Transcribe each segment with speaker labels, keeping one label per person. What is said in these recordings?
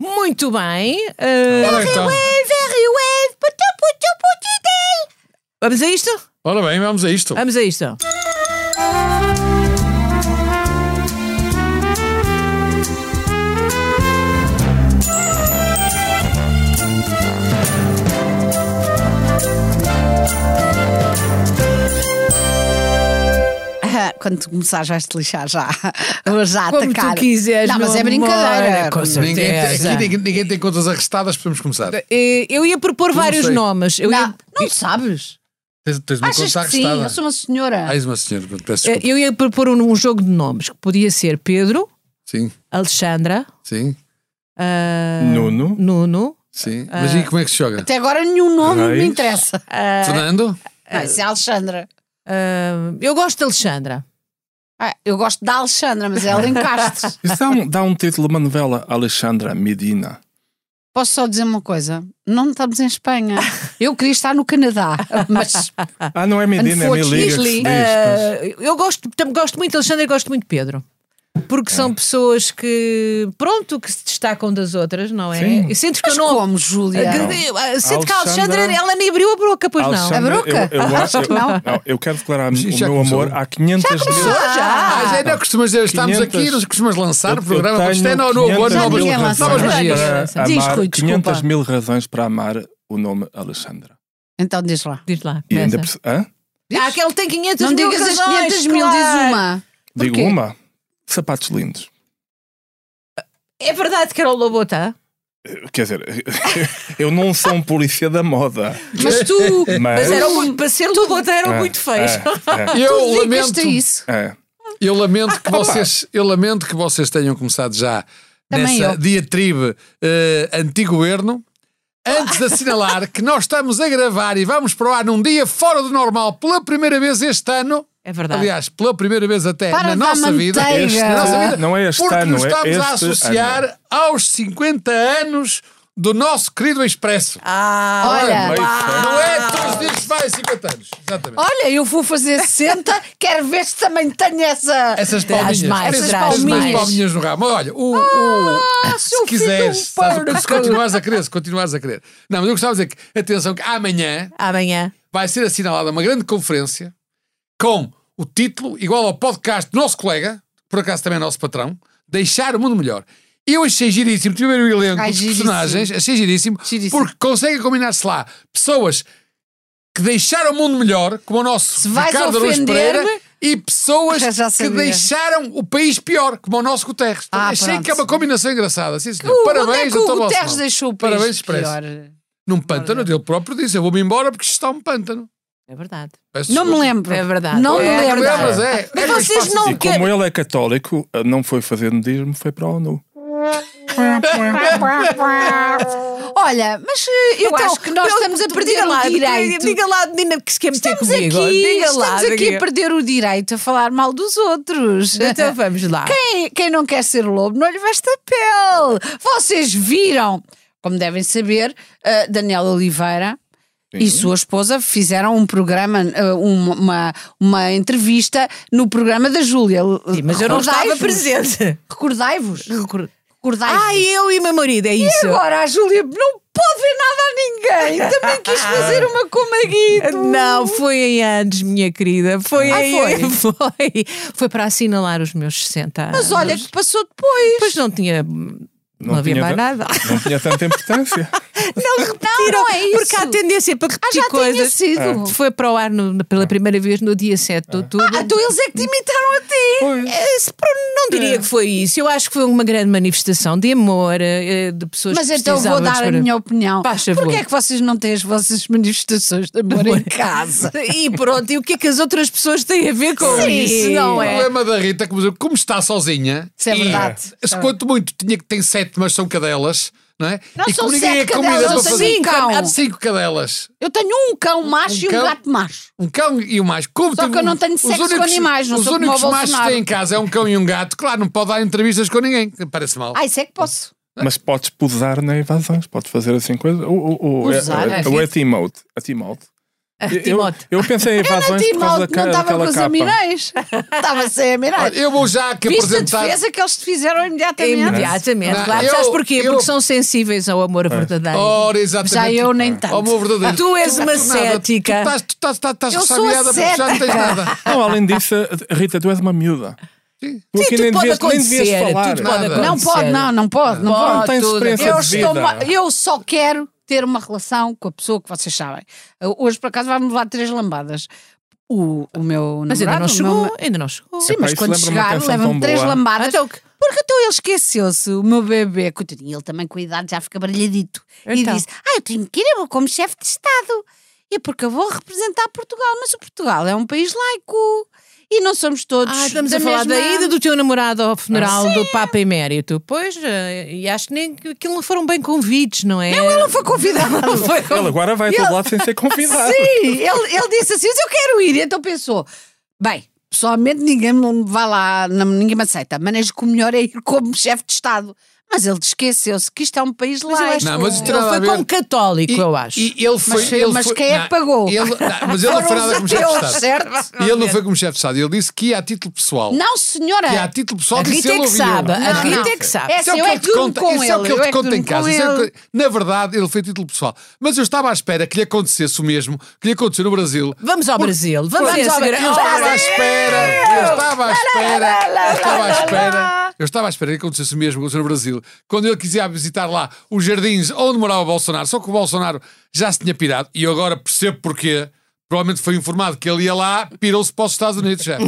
Speaker 1: Muito bem. ah,
Speaker 2: Ora, então.
Speaker 3: Very well, puta, puta, puta, puta.
Speaker 1: vamos a isto?
Speaker 2: Ora bem, vamos a isto.
Speaker 1: Vamos a isto.
Speaker 4: Ah, Quando tu começares, vais te lixar já. Vou já
Speaker 1: Como
Speaker 4: atacar.
Speaker 1: tu quiseres.
Speaker 4: Não, mas
Speaker 1: meu
Speaker 4: é brincadeira.
Speaker 1: amor. Com
Speaker 2: Ninguém,
Speaker 1: certeza.
Speaker 2: aqui ninguém, ninguém tem contas arrestadas, podemos começar.
Speaker 1: Eh, Eu ia propor vários
Speaker 2: sei.
Speaker 1: nomes. Eu
Speaker 4: Não,
Speaker 1: ia, eh,
Speaker 4: não sabes?
Speaker 2: Tens, tens uma
Speaker 4: Achas
Speaker 2: conta
Speaker 4: que sim?
Speaker 2: arrestada.
Speaker 4: Eu sou uma senhora.
Speaker 2: Ah, és uma senhora, peço
Speaker 1: eh,
Speaker 2: desculpa.
Speaker 1: eu ia propor um, um jogo de nomes que podia ser Pedro,
Speaker 2: Sim,
Speaker 1: Alexandra, ah,
Speaker 2: sim,
Speaker 5: Nuno.
Speaker 1: Nuno,
Speaker 2: sim. Mas e como é que se joga?
Speaker 4: Até agora nenhum nome me
Speaker 5: Reis.
Speaker 4: interessa.
Speaker 2: Fernando?
Speaker 4: Ah, isso é Alexandra.
Speaker 1: Ah, eu gosto de Alexandra.
Speaker 4: Ah, eu gosto da Alexandra, mas ela em Castro.
Speaker 5: Isso dá um, dá um título a uma novela, Alexandra Medina.
Speaker 4: Posso só dizer uma coisa? Não estamos em Espanha. Eu queria estar no Canadá, mas
Speaker 5: Ah, não é Medina, é Meliga que se
Speaker 4: Unfortunately,
Speaker 5: diz. pois.
Speaker 1: Ah, eu gosto, tam- gosto muito de Alexandra e gosto muito de Pedro.
Speaker 5: Ah.
Speaker 1: Porque são pessoas que, pronto, que se destacam das outras, não é?
Speaker 5: Sim.
Speaker 1: E sentes que
Speaker 4: Mas
Speaker 1: eu não.
Speaker 4: como, Júlia?
Speaker 1: Ah, Sente que a Alexandra,
Speaker 5: Alexandra-
Speaker 1: ela nem abriu a boca, pois
Speaker 5: Alexandra,
Speaker 4: A Broca?
Speaker 5: Eu, eu, acho-
Speaker 4: Acho que não.
Speaker 5: eu- não, eu quero declarar o
Speaker 2: Mas já
Speaker 5: meu
Speaker 2: começou?
Speaker 5: amor há 500 mil.
Speaker 2: Ah,
Speaker 4: é
Speaker 2: já não costumas dizer, estamos
Speaker 5: 500.
Speaker 2: aqui, nós costumas lançar
Speaker 5: Eu-
Speaker 2: o programa,
Speaker 5: eu
Speaker 2: mas isto é
Speaker 5: tenho
Speaker 2: novo, agora
Speaker 5: 500
Speaker 2: novas,
Speaker 4: mil
Speaker 2: novas,
Speaker 4: relações.
Speaker 2: magias.
Speaker 5: Para
Speaker 1: Diz,
Speaker 5: amar
Speaker 4: Rui, desculpa.
Speaker 5: 500 mil razões para amar o nome Alexandra.
Speaker 4: Então diz lá.
Speaker 1: não. Diz lá.
Speaker 5: E ainda
Speaker 1: começa.
Speaker 5: por ci- hã?
Speaker 1: Ah, aquele tem 500
Speaker 4: Não
Speaker 1: mil.
Speaker 4: digas as
Speaker 1: razões,
Speaker 4: 500 mil,
Speaker 1: claro.
Speaker 4: diz uma.
Speaker 5: Digo
Speaker 4: Porquê?
Speaker 5: uma. Sapatos lindos.
Speaker 1: É verdade que era o Lobotá?
Speaker 5: Quer dizer, eu não sou um polícia da moda.
Speaker 1: Mas tu.
Speaker 5: Mas-
Speaker 1: mas era muito, para ser Lobotá eram
Speaker 5: Ah,
Speaker 1: muito feios.
Speaker 5: é,
Speaker 2: Eu
Speaker 4: Tu
Speaker 2: lamento,
Speaker 4: dedicas-te a isso.
Speaker 5: é.
Speaker 2: eu
Speaker 4: Ah,
Speaker 2: lamento que vocês, eu lamento que vocês tenham começado já
Speaker 4: Também
Speaker 2: nessa
Speaker 4: eu.
Speaker 2: diatribe eh, anti-governo. Antes de assinalar que nós estamos a gravar e vamos para o ar num dia fora do normal pela primeira vez este ano.
Speaker 1: É verdade.
Speaker 2: Aliás, pela primeira vez até na
Speaker 4: Para de dar
Speaker 2: nossa vida.
Speaker 4: manteiga.
Speaker 5: Este-
Speaker 2: Na nossa vida,
Speaker 5: não é este
Speaker 2: porque
Speaker 5: ano,
Speaker 2: nos
Speaker 5: é
Speaker 2: estamos a
Speaker 5: este
Speaker 2: associar
Speaker 5: ano.
Speaker 2: aos 50 anos do nosso querido Expresso.
Speaker 1: Ah,
Speaker 4: Olha.
Speaker 5: Meio feio.
Speaker 2: Não
Speaker 4: Ah.
Speaker 2: é todos os dias que vai 50 anos. Exatamente.
Speaker 4: Olha, eu vou fazer 60, quero ver se também tenho essa.
Speaker 2: Essas
Speaker 1: Traz
Speaker 2: palminhas.
Speaker 1: mais,
Speaker 2: essas
Speaker 1: traz
Speaker 2: palminhas.
Speaker 1: mais.
Speaker 2: palminhas no ramo. Olha, o, o- se
Speaker 4: Ah, seu
Speaker 2: quiseres,
Speaker 4: filho
Speaker 2: sabes,
Speaker 4: porco.
Speaker 2: se continuares a querer, se continuares a querer. Não, mas eu gostava de dizer que, atenção, que amanhã
Speaker 1: Amanhã.
Speaker 2: vai ser assinalada uma grande conferência com o título, igual ao podcast do nosso colega, que por acaso também é nosso patrão, Deixar o Mundo Melhor. Eu achei giríssimo, tive a ver o elenco
Speaker 4: Ai,
Speaker 2: dos
Speaker 4: giríssimo.
Speaker 2: personagens, achei giríssimo,
Speaker 4: Giríssimo.
Speaker 2: porque conseguem combinar-se lá pessoas que deixaram o mundo melhor, como o nosso
Speaker 4: Se vais
Speaker 2: Ricardo Araújo
Speaker 4: ofender-me,
Speaker 2: Pereira, e pessoas
Speaker 4: Já- já
Speaker 2: que
Speaker 4: sabia.
Speaker 2: deixaram o país pior, como o nosso Guterres. Então,
Speaker 4: Ah,
Speaker 2: achei
Speaker 4: pronto.
Speaker 2: que é uma combinação engraçada. Sim, senhor.
Speaker 4: O-
Speaker 2: Parabéns
Speaker 4: Onde é que
Speaker 2: a
Speaker 4: o
Speaker 2: todo vosso
Speaker 4: Guterres
Speaker 2: mal.
Speaker 4: deixou o país
Speaker 2: Parabéns, Expresso.
Speaker 4: pior?
Speaker 2: Num pântano, ele próprio disse: Eu vou-me embora porque isto está um pântano.
Speaker 1: É verdade.
Speaker 2: Peço
Speaker 4: Não me
Speaker 2: desculpa.
Speaker 4: lembro.
Speaker 1: É verdade.
Speaker 4: Não me
Speaker 1: É
Speaker 4: lembro.
Speaker 1: verdade.
Speaker 2: Mas é, é mais
Speaker 1: vocês
Speaker 2: fácil
Speaker 1: não
Speaker 5: E
Speaker 2: dizer.
Speaker 5: como ele é católico, não foi fazer nudismo, foi para a ONU.
Speaker 4: Olha, mas eh, eu
Speaker 1: Então,
Speaker 4: acho que nós
Speaker 1: eu-
Speaker 4: estamos a perder
Speaker 1: diga lá,
Speaker 4: o direito.
Speaker 1: Diga lá, menina, que se quer meter
Speaker 4: Estamos
Speaker 1: comigo.
Speaker 4: aqui,
Speaker 1: diga lá,
Speaker 4: estamos aqui
Speaker 1: diga-
Speaker 4: a perder o direito a falar mal dos outros.
Speaker 1: Então vamos lá.
Speaker 4: Quem, quem não quer ser lobo não lhe veste a pele. Vocês viram, como devem saber, eh, Daniela Oliveira e sua esposa fizeram um programa, eh, uma, uma, uma entrevista no programa da Júlia.
Speaker 1: Sim, mas eu não estava presente.
Speaker 4: Recordai-vos. Recordai-vos.
Speaker 1: Ah, eu e meu marido, é
Speaker 4: E
Speaker 1: isso.
Speaker 4: agora a Júlia não pode ver nada a ninguém. Também quis fazer um uma com o Maguito.
Speaker 1: Não, foi em anos, minha querida. Foi
Speaker 4: Ah,
Speaker 1: em foi. foi. para assinalar os meus 60 anos.
Speaker 4: Mas olha que passou depois.
Speaker 1: Depois não tinha. Não, havia
Speaker 5: tinha
Speaker 1: mais
Speaker 5: tan-
Speaker 1: nada.
Speaker 5: Não tinha tanta importância.
Speaker 1: Não repetiram.
Speaker 4: não é isso.
Speaker 1: Porque há tendência para
Speaker 4: Ah,
Speaker 1: repetir
Speaker 4: já tinha
Speaker 1: coisas.
Speaker 4: sido.
Speaker 1: Foi para o ar no- pela primeira vez no dia 7 de outubro.
Speaker 4: Ah, então eles é que te imitaram a ti.
Speaker 5: Pois.
Speaker 1: Eh, se pro- Não
Speaker 4: É.
Speaker 1: diria que foi isso. Eu acho que foi uma grande manifestação de amor, eh, de pessoas
Speaker 4: Mas
Speaker 1: que
Speaker 4: então vou
Speaker 1: precisavam de
Speaker 4: dar a
Speaker 1: esperar.
Speaker 4: minha opinião.
Speaker 1: Faz favor.
Speaker 4: Porquê é que vocês não têm as vossas manifestações de amor em casa?
Speaker 1: E pronto, e o que é que as outras pessoas têm a ver com
Speaker 4: Sim,
Speaker 1: isso? Não
Speaker 2: O
Speaker 1: é?
Speaker 2: problema da Rita, como, como está sozinha,
Speaker 4: Isso é
Speaker 2: e
Speaker 4: verdade.
Speaker 2: se quanto muito tinha que tem sete, mas são cadelas, não é?
Speaker 4: Não
Speaker 2: e
Speaker 4: são
Speaker 2: como ninguém
Speaker 4: sete
Speaker 2: é comida
Speaker 4: cadelas,
Speaker 2: para
Speaker 4: eu
Speaker 2: fazer.
Speaker 4: tenho um cão.
Speaker 2: Há cinco cadelas.
Speaker 4: Eu tenho um cão macho
Speaker 2: Um
Speaker 4: e um
Speaker 2: cão?
Speaker 4: gato macho.
Speaker 2: Um cão e um macho. Como
Speaker 4: Só
Speaker 2: tem
Speaker 4: que eu não tenho
Speaker 2: os
Speaker 4: sexo com
Speaker 2: únicos-
Speaker 4: animais, não
Speaker 2: Os
Speaker 4: sou como
Speaker 2: únicos
Speaker 4: o
Speaker 2: machos que
Speaker 4: Bolsonaro.
Speaker 2: têm em casa é um cão e um gato. Claro, não pode dar entrevistas com ninguém. Parece mal.
Speaker 4: Ah, isso é que posso.
Speaker 5: Mas podes posar na evasões, podes fazer assim coisas. Ou, ou, ou,
Speaker 4: Posar,
Speaker 5: é, é,
Speaker 4: é.
Speaker 5: ou é team out. É team out. Eu,
Speaker 1: Timote.
Speaker 5: eu pensei em invasões por
Speaker 4: Timóteo, não
Speaker 5: causa da ca-
Speaker 4: estava com
Speaker 5: daquela
Speaker 4: os
Speaker 5: capa.
Speaker 4: amirais. Estava sem
Speaker 2: Olha,
Speaker 4: amirais.
Speaker 2: eu vou já que
Speaker 4: Viste a
Speaker 2: apresentar.
Speaker 4: defesa que eles te fizeram imediatamente.
Speaker 1: Imediatamente,
Speaker 2: Não,
Speaker 1: claro.
Speaker 2: eu-
Speaker 1: Sabes porquê?
Speaker 2: eu- Oh,
Speaker 1: Porque são sensíveis ao amor verdadeiro.
Speaker 2: Ora, exatamente.
Speaker 4: Já eu nem tanto.
Speaker 2: Oh, meu verdadeiro.
Speaker 1: Tu és uma
Speaker 2: nada,
Speaker 1: cética.
Speaker 2: Tu estás, tu estás, estás, estás
Speaker 4: Eu sou
Speaker 2: ressabiada porque já não tens nada.
Speaker 5: Não, além disso, a- a Rita, tu és uma miúda.
Speaker 2: Sim.
Speaker 5: Tu aqui
Speaker 1: tudo
Speaker 5: nem
Speaker 1: pode
Speaker 5: devias, nem devias
Speaker 1: acontecer,
Speaker 5: falar.
Speaker 1: tudo pode
Speaker 2: Nada.
Speaker 1: acontecer.
Speaker 4: Não pode, não, não pode. Não
Speaker 1: Pode,
Speaker 4: pode.
Speaker 5: não tens
Speaker 1: tudo.
Speaker 5: experiência
Speaker 4: Eu,
Speaker 5: de vida.
Speaker 4: estou ma- eu só quero ter uma relação com a pessoa que vocês sabem. Uh, Hoje, por acaso, vai-me levar três lambadas. O, o meu
Speaker 1: Mas ainda
Speaker 4: namorado.
Speaker 1: não
Speaker 4: o meu
Speaker 1: chegou,
Speaker 4: ma-
Speaker 1: ainda não chegou.
Speaker 4: Sim,
Speaker 5: Epá,
Speaker 4: mas
Speaker 5: isso
Speaker 4: quando
Speaker 5: lembra-me uma
Speaker 4: chegar,
Speaker 5: canção tão
Speaker 4: leva-me três
Speaker 5: boa.
Speaker 4: lambadas.
Speaker 1: Então, que-
Speaker 4: Porque então ele esqueceu-se, o meu bebê, coitadinho, ele também com a idade já fica baralhadito.
Speaker 1: Então.
Speaker 4: E disse: Ah, eu tenho que ir, eu vou como chefe de Estado. E é porque eu vou representar Portugal, mas o Portugal é um país laico. E não somos todos.
Speaker 1: Ah, estamos
Speaker 4: da
Speaker 1: a falar
Speaker 4: mesma...
Speaker 1: da ida do teu namorado ao funeral do Papa Emérito. Pois, eh, e acho que nem que aquilo não foram bem convites, não é? Não,
Speaker 4: Ele não foi convidado.
Speaker 1: foi
Speaker 5: Ele agora vai a todo
Speaker 4: Ele-
Speaker 5: lado sem ser convidado.
Speaker 4: Sim, ele, ele disse assim, mas eu quero ir. Então pensou, bem, pessoalmente ninguém me vai lá, não- ninguém me aceita, mas o melhor é ir como chefe de Estado. Mas ele esqueceu-se que isto é um país laico.
Speaker 2: Não, mas isso tem
Speaker 1: Ele
Speaker 2: nada a
Speaker 1: foi
Speaker 2: ver.
Speaker 1: como católico,
Speaker 2: E-
Speaker 1: eu acho.
Speaker 2: E ele foi.
Speaker 4: foi-
Speaker 2: ele
Speaker 4: mas
Speaker 2: foi-
Speaker 4: quem é que pagou?
Speaker 2: Ele, não, mas ele não foi
Speaker 4: Foram
Speaker 2: nada
Speaker 4: os
Speaker 2: como chefe de
Speaker 4: ateus,
Speaker 2: Estado.
Speaker 4: certo?
Speaker 2: E ele não foi como chefe de Estado. Ele disse que ia a título pessoal.
Speaker 4: Não, senhora.
Speaker 2: Que ia a título pessoal
Speaker 1: A
Speaker 2: disse
Speaker 1: Rita é
Speaker 2: ele
Speaker 1: que
Speaker 2: ouviu.
Speaker 1: sabe, a
Speaker 4: Não,
Speaker 1: Rita
Speaker 4: não.
Speaker 1: é que sabe.
Speaker 4: É-
Speaker 2: Isso é o
Speaker 4: eu
Speaker 2: que
Speaker 4: é
Speaker 2: ele
Speaker 4: que
Speaker 2: te
Speaker 4: durmo
Speaker 2: conta,
Speaker 4: com
Speaker 2: isso é o que
Speaker 4: ele,
Speaker 2: ele
Speaker 4: eu
Speaker 2: te
Speaker 4: é que
Speaker 2: conta em
Speaker 4: durmo com
Speaker 2: casa. isso é o que-
Speaker 4: ele.
Speaker 2: Na verdade, ele foi título pessoal. Mas eu estava à espera que lhe acontecesse o mesmo que lhe aconteceu no Brasil.
Speaker 1: Vamos ao Brasil. Vamos, a
Speaker 2: Pronto,
Speaker 1: esse
Speaker 2: eu
Speaker 1: grande-
Speaker 2: estava à espera, eu estava à espera, eu estava à espera, eu estava à espera que acontecesse o mesmo que aconteceu no Brasil, quando ele quisia visitar lá os jardins onde morava o Bolsonaro, só que o Bolsonaro já se tinha pirado, e eu agora percebo porquê, provavelmente foi informado que ele ia lá, pirou-se para os Estados Unidos já.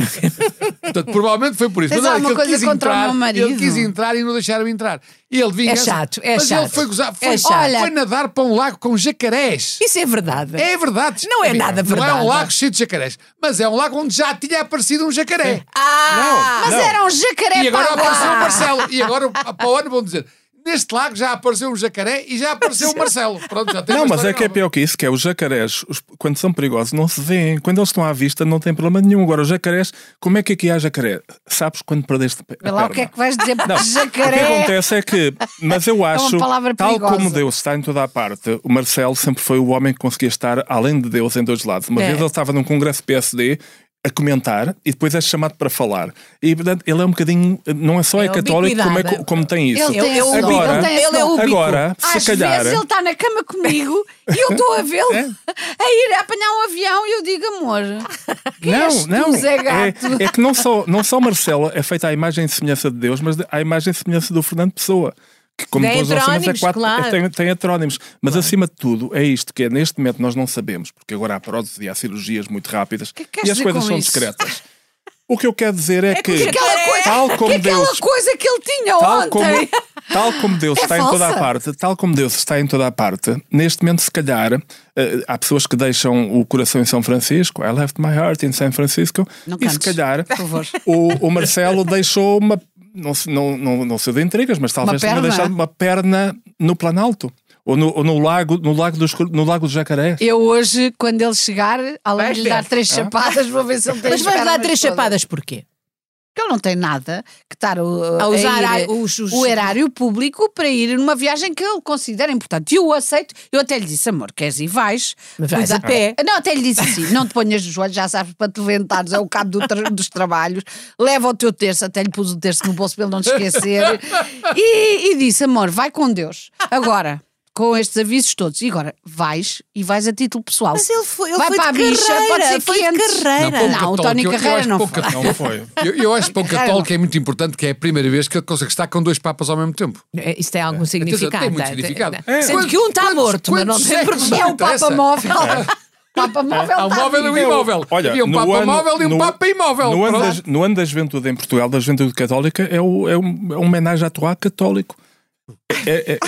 Speaker 2: Portanto, provavelmente foi por isso.
Speaker 4: Tens
Speaker 2: olha,
Speaker 4: alguma
Speaker 2: que ele
Speaker 4: coisa
Speaker 2: quis
Speaker 4: contra o
Speaker 2: entrar,
Speaker 4: meu
Speaker 2: Ele
Speaker 4: marido?
Speaker 2: quis entrar e não deixaram entrar. E ele vinha...
Speaker 1: É chato, é
Speaker 2: mas ele
Speaker 1: chato.
Speaker 2: foi gozar, foi,
Speaker 1: É chato.
Speaker 2: foi nadar para um lago com jacarés.
Speaker 1: Isso é verdade.
Speaker 2: É verdade.
Speaker 1: Não é
Speaker 2: Enfim,
Speaker 1: nada
Speaker 2: Não é
Speaker 1: verdade.
Speaker 2: um lago cheio de jacarés, mas é um lago onde já tinha aparecido um jacaré.
Speaker 1: Ah,
Speaker 4: Mas
Speaker 5: Não.
Speaker 4: era um jacaré
Speaker 2: e agora
Speaker 4: para
Speaker 2: apareceu o
Speaker 4: lá.
Speaker 2: Marcelo. E agora para o ano vão dizer: neste lago já apareceu um jacaré e já apareceu o Marcelo. Pronto, já tem
Speaker 5: Não,
Speaker 2: uma
Speaker 5: mas é
Speaker 2: história
Speaker 5: que é
Speaker 2: nova.
Speaker 5: pior que isso, que é os jacarés, os- quando são perigosos, não se vêem. Quando eles estão à vista, não tem problema nenhum. Agora, os jacarés, como é que aqui há jacaré? Sabes quando perdeste a pe- a
Speaker 4: Vê lá o que é
Speaker 5: perna?
Speaker 4: que vais dizer, porque
Speaker 5: Não,
Speaker 4: jacaré.
Speaker 5: O que acontece é que, mas eu acho,
Speaker 4: palavra
Speaker 5: tal
Speaker 4: perigosa.
Speaker 5: como Deus está em toda a parte, o Marcelo sempre foi o homem que conseguia estar além de Deus em dois lados. Uma
Speaker 1: É.
Speaker 5: vez ele estava num congresso PSD a comentar e depois é chamado para falar. E portanto, ele é um bocadinho, não é só é,
Speaker 1: É
Speaker 5: católico como, é
Speaker 1: ubiquidade.
Speaker 5: co- como tem isso.
Speaker 4: Ele tem
Speaker 1: Eu-
Speaker 4: esse
Speaker 1: eu-
Speaker 4: dom,
Speaker 5: agora-
Speaker 4: ele tem esse
Speaker 1: ele é
Speaker 4: dom.
Speaker 1: o bico.
Speaker 5: Agora, se
Speaker 4: Às
Speaker 5: calhar. É.
Speaker 4: vezes ele está na cama comigo e eu estou a vê-lo a ir a apanhar um avião e eu digo, amor, quem és
Speaker 5: Não,
Speaker 4: tu,
Speaker 5: não.
Speaker 4: Zé
Speaker 5: É,
Speaker 4: Gato?
Speaker 5: é que não só, não só Marcelo é feita à imagem e semelhança de Deus, mas à imagem e semelhança do Fernando Pessoa. Que, como
Speaker 1: Tem
Speaker 5: todos nós sabemos,
Speaker 1: heterónimos,
Speaker 5: é quatro,
Speaker 1: claro.
Speaker 5: é- tem, tem heterónimos. Mas acima de tudo, é isto que é neste momento nós não sabemos, porque agora há próteses e há cirurgias muito rápidas
Speaker 4: que queres
Speaker 5: e as
Speaker 4: dizer
Speaker 5: coisas
Speaker 4: com
Speaker 5: são
Speaker 4: isso?
Speaker 5: discretas. O que eu quero dizer é, que,
Speaker 1: porque
Speaker 4: Aquela coisa,
Speaker 5: tal como
Speaker 4: que aquela
Speaker 5: Deus
Speaker 4: coisa que ele tinha
Speaker 5: tal
Speaker 4: ontem.
Speaker 5: como, tal como Deus
Speaker 4: É
Speaker 5: está em toda a
Speaker 4: falsa.
Speaker 5: parte, tal como Deus está em toda a parte, neste momento, se calhar, eh, há pessoas que deixam o coração em São Francisco. I left my heart in San Francisco.
Speaker 4: Não
Speaker 5: e se
Speaker 4: cantes,
Speaker 5: calhar,
Speaker 4: por favor.
Speaker 5: O, o Marcelo deixou uma. Não, se- não, não, não sei de intrigas, mas talvez tenha
Speaker 4: perna.
Speaker 5: deixado uma perna no Planalto. Ou no, ou no lago, no lago dos, no lago dos jacarés.
Speaker 4: Eu hoje, quando ele chegar, além de lhe dar três
Speaker 5: Ah.
Speaker 4: chapadas, vou ver se ele tem
Speaker 1: mas
Speaker 4: as
Speaker 1: vais dar
Speaker 4: pernas
Speaker 1: três
Speaker 4: todas.
Speaker 1: chapadas porquê?
Speaker 4: Porque ele não tem nada que estar uh,
Speaker 1: A usar
Speaker 4: a ir,
Speaker 1: a- os- os-
Speaker 4: o erário público para ir numa viagem que ele considera importante. E eu aceito. Eu até lhe disse, amor, queres ir, vais.
Speaker 1: Mas vais
Speaker 4: Cuida-
Speaker 1: a pé.
Speaker 4: Não, até lhe disse assim, não te ponhas nos joelhos, já sabes, para te levantares, é o cabo do tra- dos trabalhos. Leva o teu terço, até lhe pus o terço no bolso para ele não te esquecer. E, e disse, amor, vai com Deus. Agora... Com estes avisos todos. E agora, vais e vais a título pessoal.
Speaker 1: Mas ele foi, ele
Speaker 4: vai
Speaker 1: foi
Speaker 4: para
Speaker 1: de
Speaker 4: a bicha,
Speaker 1: carreira,
Speaker 4: pode ser
Speaker 1: foi de
Speaker 4: quentes.
Speaker 1: carreira.
Speaker 2: Não,
Speaker 4: Não, o Tony
Speaker 2: eu- eu
Speaker 4: Carreira
Speaker 2: acho
Speaker 4: não
Speaker 2: pouco
Speaker 4: foi.
Speaker 2: católico.
Speaker 5: Não foi.
Speaker 2: Eu, eu acho para o
Speaker 4: Carreira
Speaker 2: católico
Speaker 4: não.
Speaker 2: é muito importante que é a primeira vez que ele consegue estar com dois papas ao mesmo tempo.
Speaker 1: É, Isso tem algum significado.
Speaker 2: tem muito
Speaker 1: tá?
Speaker 2: significado.
Speaker 1: Tem- Sendo
Speaker 2: Quantos-
Speaker 1: que um está
Speaker 2: quantos-
Speaker 1: morto, mas não
Speaker 2: quantos
Speaker 1: tem
Speaker 2: séculos
Speaker 1: problema.
Speaker 4: É o
Speaker 2: interessa. É.
Speaker 4: Papa Móvel. Papa Móvel
Speaker 2: Há um
Speaker 4: tá
Speaker 2: móvel e um
Speaker 4: vivo.
Speaker 2: imóvel.
Speaker 5: Olha,
Speaker 2: Havia um
Speaker 5: no
Speaker 2: papa
Speaker 5: ano-
Speaker 2: móvel e um
Speaker 5: no-
Speaker 2: papa imóvel.
Speaker 5: No ano,
Speaker 2: Pronto.
Speaker 5: da, no ano da juventude em Portugal, da juventude católica, é, o, é, um, é um homenagem atual católico. É- é-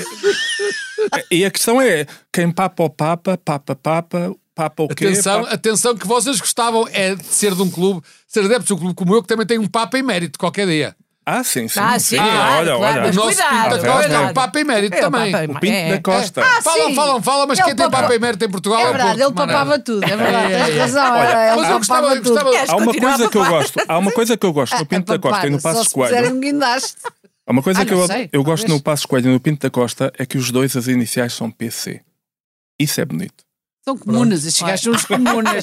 Speaker 5: é- e a questão é: quem papa o papa, papa, papa, papa o quê?
Speaker 2: Atenção,
Speaker 5: Papa-
Speaker 2: atenção, que vocês gostavam é de ser de um clube, ser adeptos de um clube como eu, que também tem um Papa emérito qualquer dia.
Speaker 5: Ah, sim, sim.
Speaker 1: Ah, sim,
Speaker 5: sim,
Speaker 1: claro,
Speaker 5: olha,
Speaker 1: claro,
Speaker 5: olha.
Speaker 1: mas
Speaker 2: o nosso
Speaker 1: cuidado,
Speaker 2: Pinto da Costa é
Speaker 5: cuidado.
Speaker 2: o Papa emérito
Speaker 1: É o
Speaker 2: também.
Speaker 1: Papa
Speaker 5: O Pinto
Speaker 1: É.
Speaker 5: da Costa.
Speaker 2: É, falam,
Speaker 4: Ah, sim.
Speaker 2: falam, falam, mas
Speaker 4: É o
Speaker 2: quem tem
Speaker 4: Papa-
Speaker 2: Papa emérito em Portugal é,
Speaker 4: É
Speaker 2: o
Speaker 4: verdade,
Speaker 2: Porto
Speaker 4: ele papava tudo, é verdade.
Speaker 2: É,
Speaker 4: Tens
Speaker 2: é, é.
Speaker 4: razão,
Speaker 5: Olha,
Speaker 4: era- ele
Speaker 2: Mas eu gostava,
Speaker 4: papava
Speaker 2: eu
Speaker 4: tudo. É
Speaker 2: gostava.
Speaker 1: Queres
Speaker 5: Há uma
Speaker 1: continuar
Speaker 5: coisa
Speaker 1: a
Speaker 5: que eu
Speaker 1: papar?
Speaker 5: gosto, há uma coisa que eu gosto no Pinto da Costa e no Passos
Speaker 4: Ah, então Só se
Speaker 5: Coelho.
Speaker 4: puserem um guindaste.
Speaker 5: Há uma coisa
Speaker 4: Ah,
Speaker 5: que eu,
Speaker 4: não sei,
Speaker 5: eu gosto
Speaker 4: talvez.
Speaker 5: no Passos Coelho e no Pinto da Costa é que os dois, as iniciais são PC. Isso é bonito.
Speaker 4: São comunas, estes gajos são os comunas,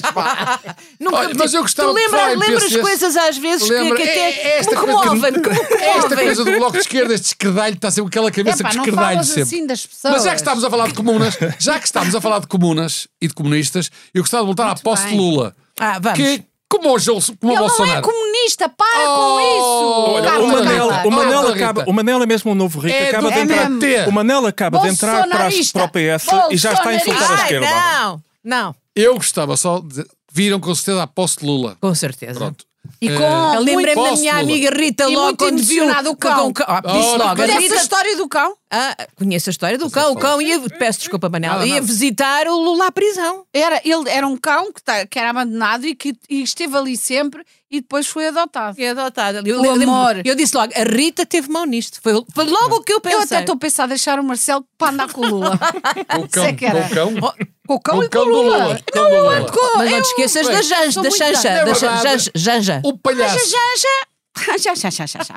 Speaker 4: pá.
Speaker 1: Nunca
Speaker 2: Olha,
Speaker 1: me-
Speaker 2: mas eu gostava
Speaker 1: tu
Speaker 2: que
Speaker 1: lembra,
Speaker 2: falarem
Speaker 1: lembras
Speaker 2: PCs.
Speaker 1: coisas às vezes que-
Speaker 2: Lembra-
Speaker 1: que,
Speaker 2: é- é
Speaker 1: até
Speaker 2: esta
Speaker 1: me
Speaker 2: coisa que-
Speaker 1: comovem, que me
Speaker 2: Esta
Speaker 1: comovem.
Speaker 2: coisa do bloco de esquerda, este esquerdalho, está sempre aquela
Speaker 4: É
Speaker 2: cabeça
Speaker 4: pá,
Speaker 2: que
Speaker 4: não
Speaker 2: esquerdalho
Speaker 4: falas
Speaker 2: sempre.
Speaker 4: assim das pessoas.
Speaker 2: Mas já que estamos a falar de comunas, já que estamos a falar de comunas e de comunistas, eu gostava de voltar à posse de
Speaker 4: bem.
Speaker 2: Lula.
Speaker 1: Ah, vamos.
Speaker 2: Que, como o, Jol- como o
Speaker 4: Ele não é
Speaker 2: Bolsonaro.
Speaker 4: comunista, para
Speaker 2: Oh,
Speaker 4: com isso!
Speaker 2: olha,
Speaker 5: Olha,
Speaker 4: Carla,
Speaker 5: o Manel,
Speaker 4: Carla.
Speaker 5: o Manel
Speaker 2: Carla,
Speaker 5: acaba,
Speaker 2: Rita.
Speaker 5: o Manel é mesmo um novo rico,
Speaker 2: É
Speaker 5: acaba
Speaker 2: do
Speaker 5: de entrar,
Speaker 2: PT.
Speaker 5: o Manel acaba de entrar para, as-
Speaker 4: Bolsonarista.
Speaker 5: para o PS e já está a insultar a
Speaker 4: Bolsonarista.
Speaker 5: esquerda.
Speaker 1: Ai, Ah, não,
Speaker 2: Eu gostava só de. Viram com certeza a posse de Lula.
Speaker 1: com certeza.
Speaker 2: Pronto.
Speaker 4: E com
Speaker 1: Eu
Speaker 4: Ah, muito-
Speaker 1: lembrei-me da
Speaker 2: Posso,
Speaker 1: minha
Speaker 2: Lula?
Speaker 1: amiga Rita
Speaker 4: E
Speaker 1: logo
Speaker 4: muito
Speaker 1: quando viu
Speaker 4: emocionado o cão.
Speaker 1: com o Ah, disse
Speaker 2: Oh,
Speaker 1: logo.
Speaker 2: que
Speaker 1: A
Speaker 4: Conhece a
Speaker 1: Rita,
Speaker 4: história do cão?
Speaker 1: ah, conheço a história do cão. O cão ia, peço desculpa, Manel,
Speaker 2: Nada,
Speaker 1: ia
Speaker 2: nada.
Speaker 1: visitar o Lula à prisão.
Speaker 4: Era, ele era um cão que, tá- que era abandonado e que e esteve ali sempre e depois foi adotado.
Speaker 1: Foi adotada. Eu,
Speaker 4: O
Speaker 1: eu-
Speaker 4: amor.
Speaker 1: eu disse logo, a Rita teve mão nisto. Foi, foi logo o que eu pensei.
Speaker 4: Eu até estou a pensar em deixar o Marcelo para andar com o Lula.
Speaker 2: Com o cão.
Speaker 4: Ah, Sei que era.
Speaker 2: Com o cão.
Speaker 4: com o
Speaker 2: Com
Speaker 4: cão
Speaker 2: o
Speaker 4: e
Speaker 2: cão
Speaker 4: com o
Speaker 2: do
Speaker 4: Lula.
Speaker 2: Lula. Cão
Speaker 4: Não,
Speaker 2: do
Speaker 4: eu
Speaker 2: Lula.
Speaker 4: ando com
Speaker 1: Mas não
Speaker 4: eu-
Speaker 1: te esqueças
Speaker 2: bem,
Speaker 1: da Janja,
Speaker 4: sou
Speaker 1: da
Speaker 4: muito
Speaker 1: Janja,
Speaker 4: dada.
Speaker 1: da
Speaker 2: É
Speaker 1: Jan-
Speaker 2: verdade.
Speaker 1: Janja, Janja.
Speaker 2: O
Speaker 4: Ah,
Speaker 2: palhaço.
Speaker 4: Já, já. Já, já, já, já, já.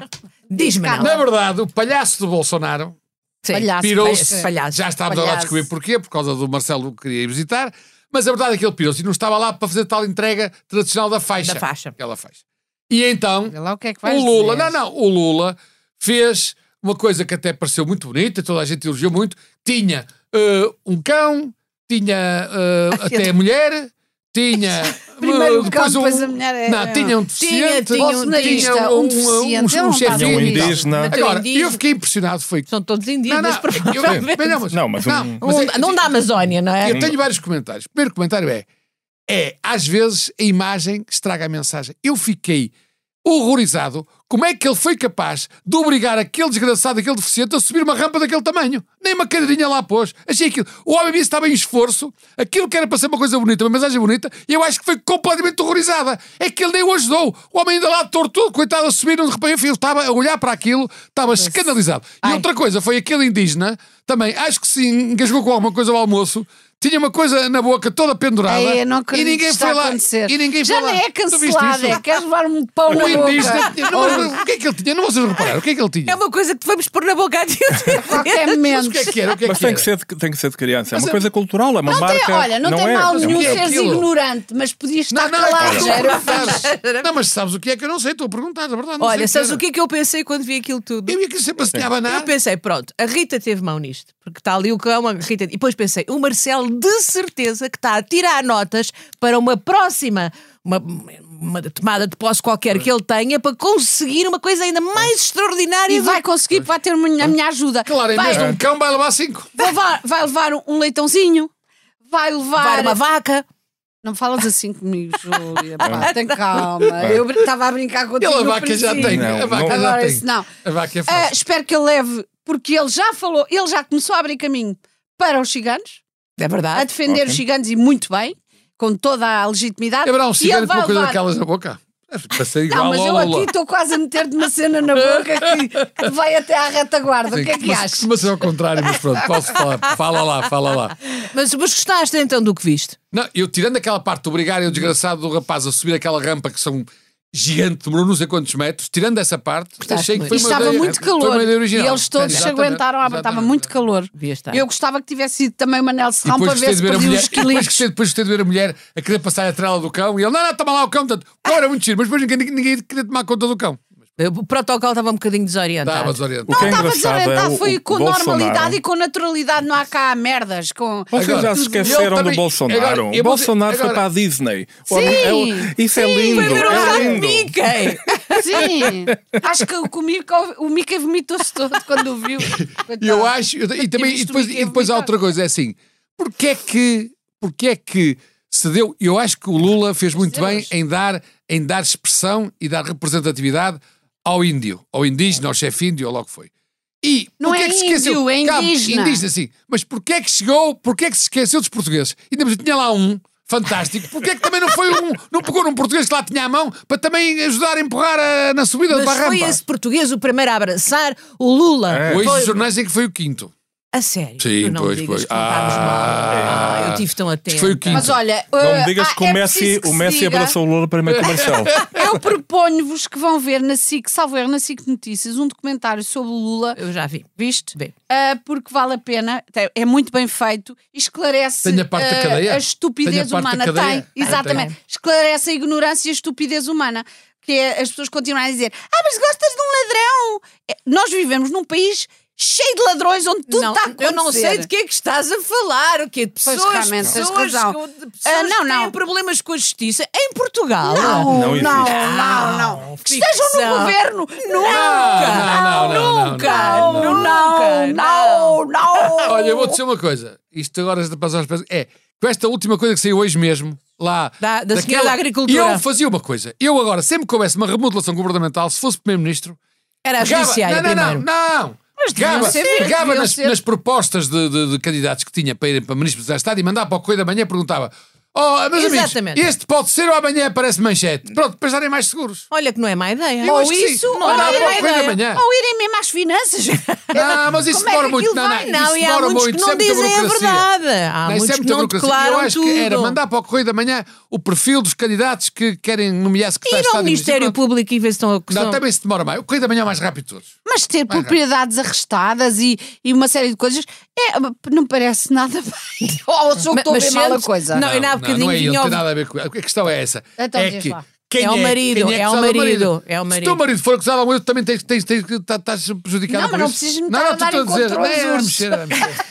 Speaker 1: Diz-me,
Speaker 4: Carla.
Speaker 1: não.
Speaker 2: Na verdade, o palhaço do Bolsonaro
Speaker 1: Sim.
Speaker 4: Palhaço.
Speaker 2: pirou-se.
Speaker 1: Palhaço.
Speaker 2: Já estávamos agora a
Speaker 4: Palhaço.
Speaker 2: descobrir porquê, por causa do Marcelo que queria ir visitar. Mas a verdade é que ele pirou-se e não estava lá para fazer tal entrega tradicional da faixa.
Speaker 1: Da faixa.
Speaker 2: Aquela faixa. E então,
Speaker 4: Olha lá o que é que vais
Speaker 2: o Lula,
Speaker 4: dizer.
Speaker 2: não, não, o Lula fez uma coisa que até pareceu muito bonita, toda a gente elogiou muito. Tinha eh, um cão, tinha eh, até a mulher, tinha.
Speaker 4: Primeiro
Speaker 2: eh,
Speaker 4: o cão, depois a mulher é-
Speaker 2: Não, tinha um deficiente,
Speaker 1: tinha um-
Speaker 4: Bolsonarista, um deficiente, ele não é está
Speaker 2: chefe
Speaker 5: Tinha um
Speaker 2: indígena.
Speaker 5: indígena.
Speaker 1: Tem um
Speaker 2: Agora,
Speaker 1: indígena.
Speaker 2: eu fiquei impressionado, foi
Speaker 1: São todos indígenas,
Speaker 2: é eu,
Speaker 1: provavelmente.
Speaker 2: bem, não, mas,
Speaker 5: Não, mas um-
Speaker 1: Um-
Speaker 2: é-
Speaker 1: não da Amazónia, não é?
Speaker 2: Eu tenho vários comentários. O primeiro comentário é: é, às vezes a imagem estraga a mensagem. Eu fiquei horrorizado como é que ele foi capaz de obrigar aquele desgraçado, aquele deficiente, a subir uma rampa daquele tamanho. Nem uma cadeirinha lá pôs. Achei aquilo. O homem disse que estava em esforço, aquilo que era para ser uma coisa bonita, uma mensagem bonita, e eu acho que foi completamente horrorizada. É que ele nem o ajudou. O homem ainda lá tortudo, coitado, a subir, não reparei, ele estava a olhar para aquilo, estava escandalizado. E outra coisa, foi aquele indígena, também, acho que se engasgou com alguma coisa ao almoço, tinha uma coisa na boca toda pendurada,
Speaker 4: Ei, eu não
Speaker 2: e
Speaker 4: acredito que
Speaker 2: ninguém
Speaker 4: isto
Speaker 2: foi
Speaker 4: está a
Speaker 2: lá.
Speaker 4: acontecer.
Speaker 2: E ninguém
Speaker 4: Já
Speaker 2: foi lá.
Speaker 4: nem é
Speaker 2: Tu viste
Speaker 4: cancelado,
Speaker 2: isso?
Speaker 4: é. Queres levar um pão na
Speaker 2: O indígena.
Speaker 4: boca. Ah,
Speaker 2: tinha- não, mas o que é que ele tinha? Não vocês repararam. O que é que ele
Speaker 1: É
Speaker 2: tinha?
Speaker 1: uma coisa que te vamos pôr na boca a ti.
Speaker 4: Qualquer
Speaker 2: Mas o
Speaker 4: momento.
Speaker 2: que é que era? O que é
Speaker 5: Mas
Speaker 2: que
Speaker 5: tem
Speaker 2: era?
Speaker 5: que, ser de, tem que ser de criança. É
Speaker 2: Mas
Speaker 5: uma
Speaker 2: é-
Speaker 5: coisa cultural, é uma
Speaker 4: Não tem,
Speaker 5: marca.
Speaker 4: olha, não, tem
Speaker 5: é,
Speaker 4: mal nenhum
Speaker 2: o que é
Speaker 4: seres
Speaker 2: aquilo?
Speaker 4: ignorante, mas podias estar
Speaker 2: Não, não,
Speaker 4: calado.
Speaker 2: não,
Speaker 4: já era-
Speaker 2: não, não, mas sabes o que é que eu não sei? Estou a perguntar, a verdade. não sei
Speaker 1: Olha, sabes o
Speaker 2: era.
Speaker 1: que é que eu pensei quando vi aquilo tudo?
Speaker 2: Eu ia que sempre se tinha a
Speaker 1: Eu
Speaker 2: abanar.
Speaker 1: pensei, pronto, a Rita teve mão nisto, porque está ali o cão, a Rita. E depois pensei, o Marcelo de certeza que está a tirar notas para uma próxima, uma, uma tomada de posse qualquer que ele tenha, para conseguir uma coisa ainda mais extraordinária.
Speaker 4: E
Speaker 1: do-
Speaker 4: vai conseguir, vai ter uma- a minha ajuda.
Speaker 2: Claro, em
Speaker 4: vai,
Speaker 2: vez de um cão vai levar cinco.
Speaker 4: vai levar, vai levar um leitãozinho, vai levar.
Speaker 1: vai uma vaca.
Speaker 4: Não falas assim comigo, Júlia. pá, tem calma. Eu estava a brincar contigo.
Speaker 2: Ele a
Speaker 4: no
Speaker 2: vaca já
Speaker 4: princípio.
Speaker 2: tem.
Speaker 5: Não,
Speaker 2: A vaca
Speaker 5: não.
Speaker 2: já
Speaker 4: Agora isso
Speaker 2: tem.
Speaker 4: não.
Speaker 2: A vaca é
Speaker 4: Ah,
Speaker 2: fácil.
Speaker 4: espero que ele leve, porque ele já falou, ele já começou a abrir caminho para os ciganos,
Speaker 1: É
Speaker 2: Ah,
Speaker 4: a
Speaker 1: verdade.
Speaker 4: defender os ciganos e muito bem, com toda a legitimidade.
Speaker 2: Haverá um
Speaker 4: E ele
Speaker 2: cigano com
Speaker 4: vai
Speaker 2: uma coisa
Speaker 4: levar-
Speaker 2: daquelas na boca? É Para ser
Speaker 4: Não,
Speaker 2: igual
Speaker 4: mas eu
Speaker 2: ao
Speaker 4: aqui
Speaker 2: Lula.
Speaker 4: estou quase a meter-te uma cena na boca que, que vai até à retaguarda. o que é que
Speaker 2: mas,
Speaker 4: achas?
Speaker 2: Mas é ao contrário, mas pronto, posso falar. Fala lá, fala lá.
Speaker 1: Mas, mas gostaste então do que viste?
Speaker 2: Não, eu tirando aquela parte de obrigar
Speaker 4: Uhum.
Speaker 2: o desgraçado do rapaz a subir aquela rampa que são gigante, demorou não sei quantos metros, tirando essa parte, achei que
Speaker 1: muito.
Speaker 2: foi
Speaker 4: E
Speaker 2: uma
Speaker 4: estava
Speaker 2: ideia-
Speaker 4: muito
Speaker 2: Foi
Speaker 4: calor.
Speaker 2: uma ideia
Speaker 4: E
Speaker 2: original.
Speaker 4: eles todos se
Speaker 2: Exatamente,
Speaker 4: aguentaram. à- Estava
Speaker 2: exatamente.
Speaker 4: muito calor.
Speaker 1: Devia estar.
Speaker 4: Eu gostava que tivesse sido também o Manel Serrão
Speaker 2: Depois gostei,
Speaker 4: para ver
Speaker 2: de
Speaker 4: se
Speaker 2: ver a
Speaker 4: perdia
Speaker 2: mulher,
Speaker 4: os
Speaker 2: depois,
Speaker 4: quilinhos.
Speaker 2: gostei, depois gostei de ver a mulher a querer passar a trela do cão e ele, não, não, toma lá o cão. Portanto, o cão era muito giro, mas depois ninguém, ninguém queria tomar conta do cão.
Speaker 1: O protocolo estava um borientado.
Speaker 2: Estava
Speaker 1: desorientado.
Speaker 5: O
Speaker 2: desorientado.
Speaker 5: que é
Speaker 4: Estava
Speaker 5: engraçado é
Speaker 4: desorientado,
Speaker 5: o,
Speaker 4: foi
Speaker 5: o
Speaker 4: com
Speaker 5: Bolsonaro-
Speaker 4: normalidade e com naturalidade. Não há cá merdas. Com...
Speaker 5: Vocês
Speaker 2: Agora,
Speaker 5: já se esqueceram
Speaker 2: eu também-
Speaker 5: do Bolsonaro.
Speaker 2: agora, eu
Speaker 5: o
Speaker 2: vou-
Speaker 5: Bolsonaro
Speaker 2: agora-
Speaker 5: foi para a Disney.
Speaker 4: Sim,
Speaker 5: Olha, é o- isso é
Speaker 4: sim,
Speaker 5: lindo.
Speaker 4: foi ver um
Speaker 5: é
Speaker 4: rato
Speaker 5: lindo.
Speaker 1: Mickey!
Speaker 4: Sim, acho que o, que o Mickey, o Mickey vomitou-se todo quando o viu.
Speaker 2: E eu acho, eu- e também, e
Speaker 4: Tá. visto o
Speaker 2: depois,
Speaker 4: Mickey
Speaker 2: e depois há
Speaker 4: vomitar.
Speaker 2: outra coisa, é assim, porque é que, porque é que se deu, eu acho que o Lula fez muito bem em dar, em dar expressão e dar representatividade ao índio, ao indígena, ao chefe índio, ou logo foi. E
Speaker 4: Não
Speaker 2: porque
Speaker 4: é
Speaker 2: que se esqueceu?
Speaker 4: índio, é
Speaker 2: Calma,
Speaker 4: indígena.
Speaker 2: indígena, sim. Mas porque é que chegou, porque é que se esqueceu dos portugueses? Ainda por cima tinha lá um, fantástico, porque é que também não foi um, não pegou num português que lá tinha à mão para também ajudar a empurrar a- na subida
Speaker 1: Mas
Speaker 2: da
Speaker 1: foi
Speaker 2: rampa?
Speaker 1: esse português o primeiro a abraçar o Lula.
Speaker 5: É.
Speaker 2: Hoje
Speaker 1: Foi-
Speaker 2: os jornais é que foi o quinto.
Speaker 1: A sério?
Speaker 2: Sim,
Speaker 1: Tu não
Speaker 2: pois,
Speaker 1: digas
Speaker 2: pois.
Speaker 1: que contámos
Speaker 2: Ah,
Speaker 1: mal.
Speaker 2: é.
Speaker 1: Ah, eu tive tão atento.
Speaker 2: foi o quinto.
Speaker 4: Mas olha,
Speaker 5: Não
Speaker 4: eh,
Speaker 5: me digas
Speaker 4: ah,
Speaker 5: que o
Speaker 4: é
Speaker 5: Messi,
Speaker 4: preciso que
Speaker 5: o
Speaker 4: se
Speaker 5: Messi
Speaker 4: diga.
Speaker 5: abraçou o Lola para meio comercial.
Speaker 4: Eu proponho-vos que vão ver na SIC, salvo erro, na SIC Notícias, um documentário sobre o Lula,
Speaker 1: Eu já vi.
Speaker 4: viste?
Speaker 1: Bem.
Speaker 4: Ah, porque vale a pena, te- é muito bem feito, esclarece
Speaker 2: Tem a parte da
Speaker 4: ah,
Speaker 2: cadeia?
Speaker 4: a estupidez
Speaker 2: Tem a parte da
Speaker 4: humana.
Speaker 2: cadeia?
Speaker 4: Tem,
Speaker 2: Tem,
Speaker 4: exatamente.
Speaker 1: tem.
Speaker 4: Esclarece a ignorância e a estupidez humana. Que é, as pessoas continuam a dizer: Ah, mas gostas de um ladrão? É, nós vivemos num país cheio de ladrões onde tudo
Speaker 1: não,
Speaker 4: está tá a acontecer.
Speaker 1: eu não sei de que é que estás a falar. O quê? De
Speaker 4: Pois,
Speaker 1: pessoas,
Speaker 4: realmente, tens
Speaker 1: pessoas,
Speaker 4: razão.
Speaker 1: com- de pessoas
Speaker 4: Ah, não,
Speaker 1: que têm
Speaker 4: não.
Speaker 1: problemas com a justiça em Portugal.
Speaker 4: Não,
Speaker 5: Não
Speaker 4: não,
Speaker 5: existe.
Speaker 4: não,
Speaker 2: Ah,
Speaker 4: não, Que estejam no
Speaker 1: Ficção.
Speaker 4: governo!
Speaker 2: Não, não, não, não,
Speaker 1: nunca,
Speaker 2: não,
Speaker 1: não,
Speaker 4: Não,
Speaker 1: nunca, não.
Speaker 4: não,
Speaker 1: Tá
Speaker 4: não!
Speaker 2: Olha, eu vou dizer uma coisa. Isto agora está para as pessoas. É, com esta última coisa que saiu hoje mesmo, lá.
Speaker 1: Da- da senhora da agricultura.
Speaker 2: Eu fazia uma coisa. Eu agora, sempre que houvesse uma remodelação governamental, se fosse Primeiro-Ministro.
Speaker 1: Era a
Speaker 2: pegava-
Speaker 1: judiciária
Speaker 2: não, não,
Speaker 1: primeiro.
Speaker 2: não, não. Mas
Speaker 1: deviam
Speaker 2: pegava,
Speaker 1: ser, deviam
Speaker 2: pegava nas,
Speaker 1: ser.
Speaker 2: nas propostas de, de- de candidatos que tinha para irem para Ministro da Estado e mandava para o Correio da Manhã e perguntava: Oh, meus
Speaker 1: Exatamente.
Speaker 2: amigos, este pode ser ou amanhã aparece manchete? Pronto, para estarem mais seguros.
Speaker 1: Olha que não é má ideia.
Speaker 2: Eu
Speaker 1: Ou
Speaker 2: acho que sim.
Speaker 1: isso, ou
Speaker 2: Olha,
Speaker 1: não
Speaker 2: há
Speaker 1: é má
Speaker 2: pouco foi da
Speaker 1: ideia.
Speaker 2: manhã.
Speaker 4: Ou irem mesmo às finanças.
Speaker 2: Não, Ah, mas isso
Speaker 4: Como é que
Speaker 2: demora muito.
Speaker 4: aquilo
Speaker 2: Não, não,
Speaker 4: vai?
Speaker 2: isso
Speaker 1: Não, e há
Speaker 2: demora
Speaker 1: muitos
Speaker 2: muito.
Speaker 1: que
Speaker 2: isso é
Speaker 1: não
Speaker 2: muita
Speaker 1: dizem a
Speaker 2: burocracia.
Speaker 1: verdade. Há
Speaker 2: Não, isso é
Speaker 1: muitos que
Speaker 2: muita
Speaker 1: não
Speaker 2: burocracia.
Speaker 1: declaram
Speaker 2: Eu acho que era
Speaker 1: tudo.
Speaker 2: mandar para o Correio da Manhã o perfil dos candidatos que querem nomear secretário
Speaker 1: Ir
Speaker 2: de
Speaker 1: ao
Speaker 2: Estado. e
Speaker 1: Ministério
Speaker 2: Ministro.
Speaker 1: Público e ver se estão a
Speaker 2: Não,
Speaker 1: acusar.
Speaker 2: também se demora mais. O Correio da Manhã é o mais rápido de todos.
Speaker 4: Mas ter
Speaker 2: é.
Speaker 4: propriedades arrestadas e, e uma série de coisas é, não parece nada bem. Ou sou que estou a ver mal a
Speaker 1: sente-
Speaker 4: coisa.
Speaker 1: Não, então, ainda há
Speaker 2: não, não
Speaker 1: bocadinho
Speaker 2: é ele,
Speaker 1: vinha
Speaker 2: não
Speaker 1: ao-
Speaker 2: tem nada a ver com A questão é essa.
Speaker 4: Então
Speaker 2: é
Speaker 4: diz
Speaker 2: que
Speaker 4: lá.
Speaker 2: quem
Speaker 1: É o marido,
Speaker 2: quem
Speaker 1: é o
Speaker 2: acusado do
Speaker 1: marido, é o
Speaker 2: Se
Speaker 1: marido.
Speaker 2: teu marido for acusado de alguma coisa, também tens, tens, tens, que- tá- estás prejudicado.
Speaker 4: Não,
Speaker 2: por
Speaker 4: mas não
Speaker 2: isso.
Speaker 4: precisas me
Speaker 2: Não,
Speaker 4: estar
Speaker 2: não,
Speaker 4: a dar
Speaker 2: estou a
Speaker 4: em
Speaker 2: dizer.
Speaker 4: contra os
Speaker 2: é, vamos
Speaker 4: ursos.
Speaker 2: mexer, vamos mexer.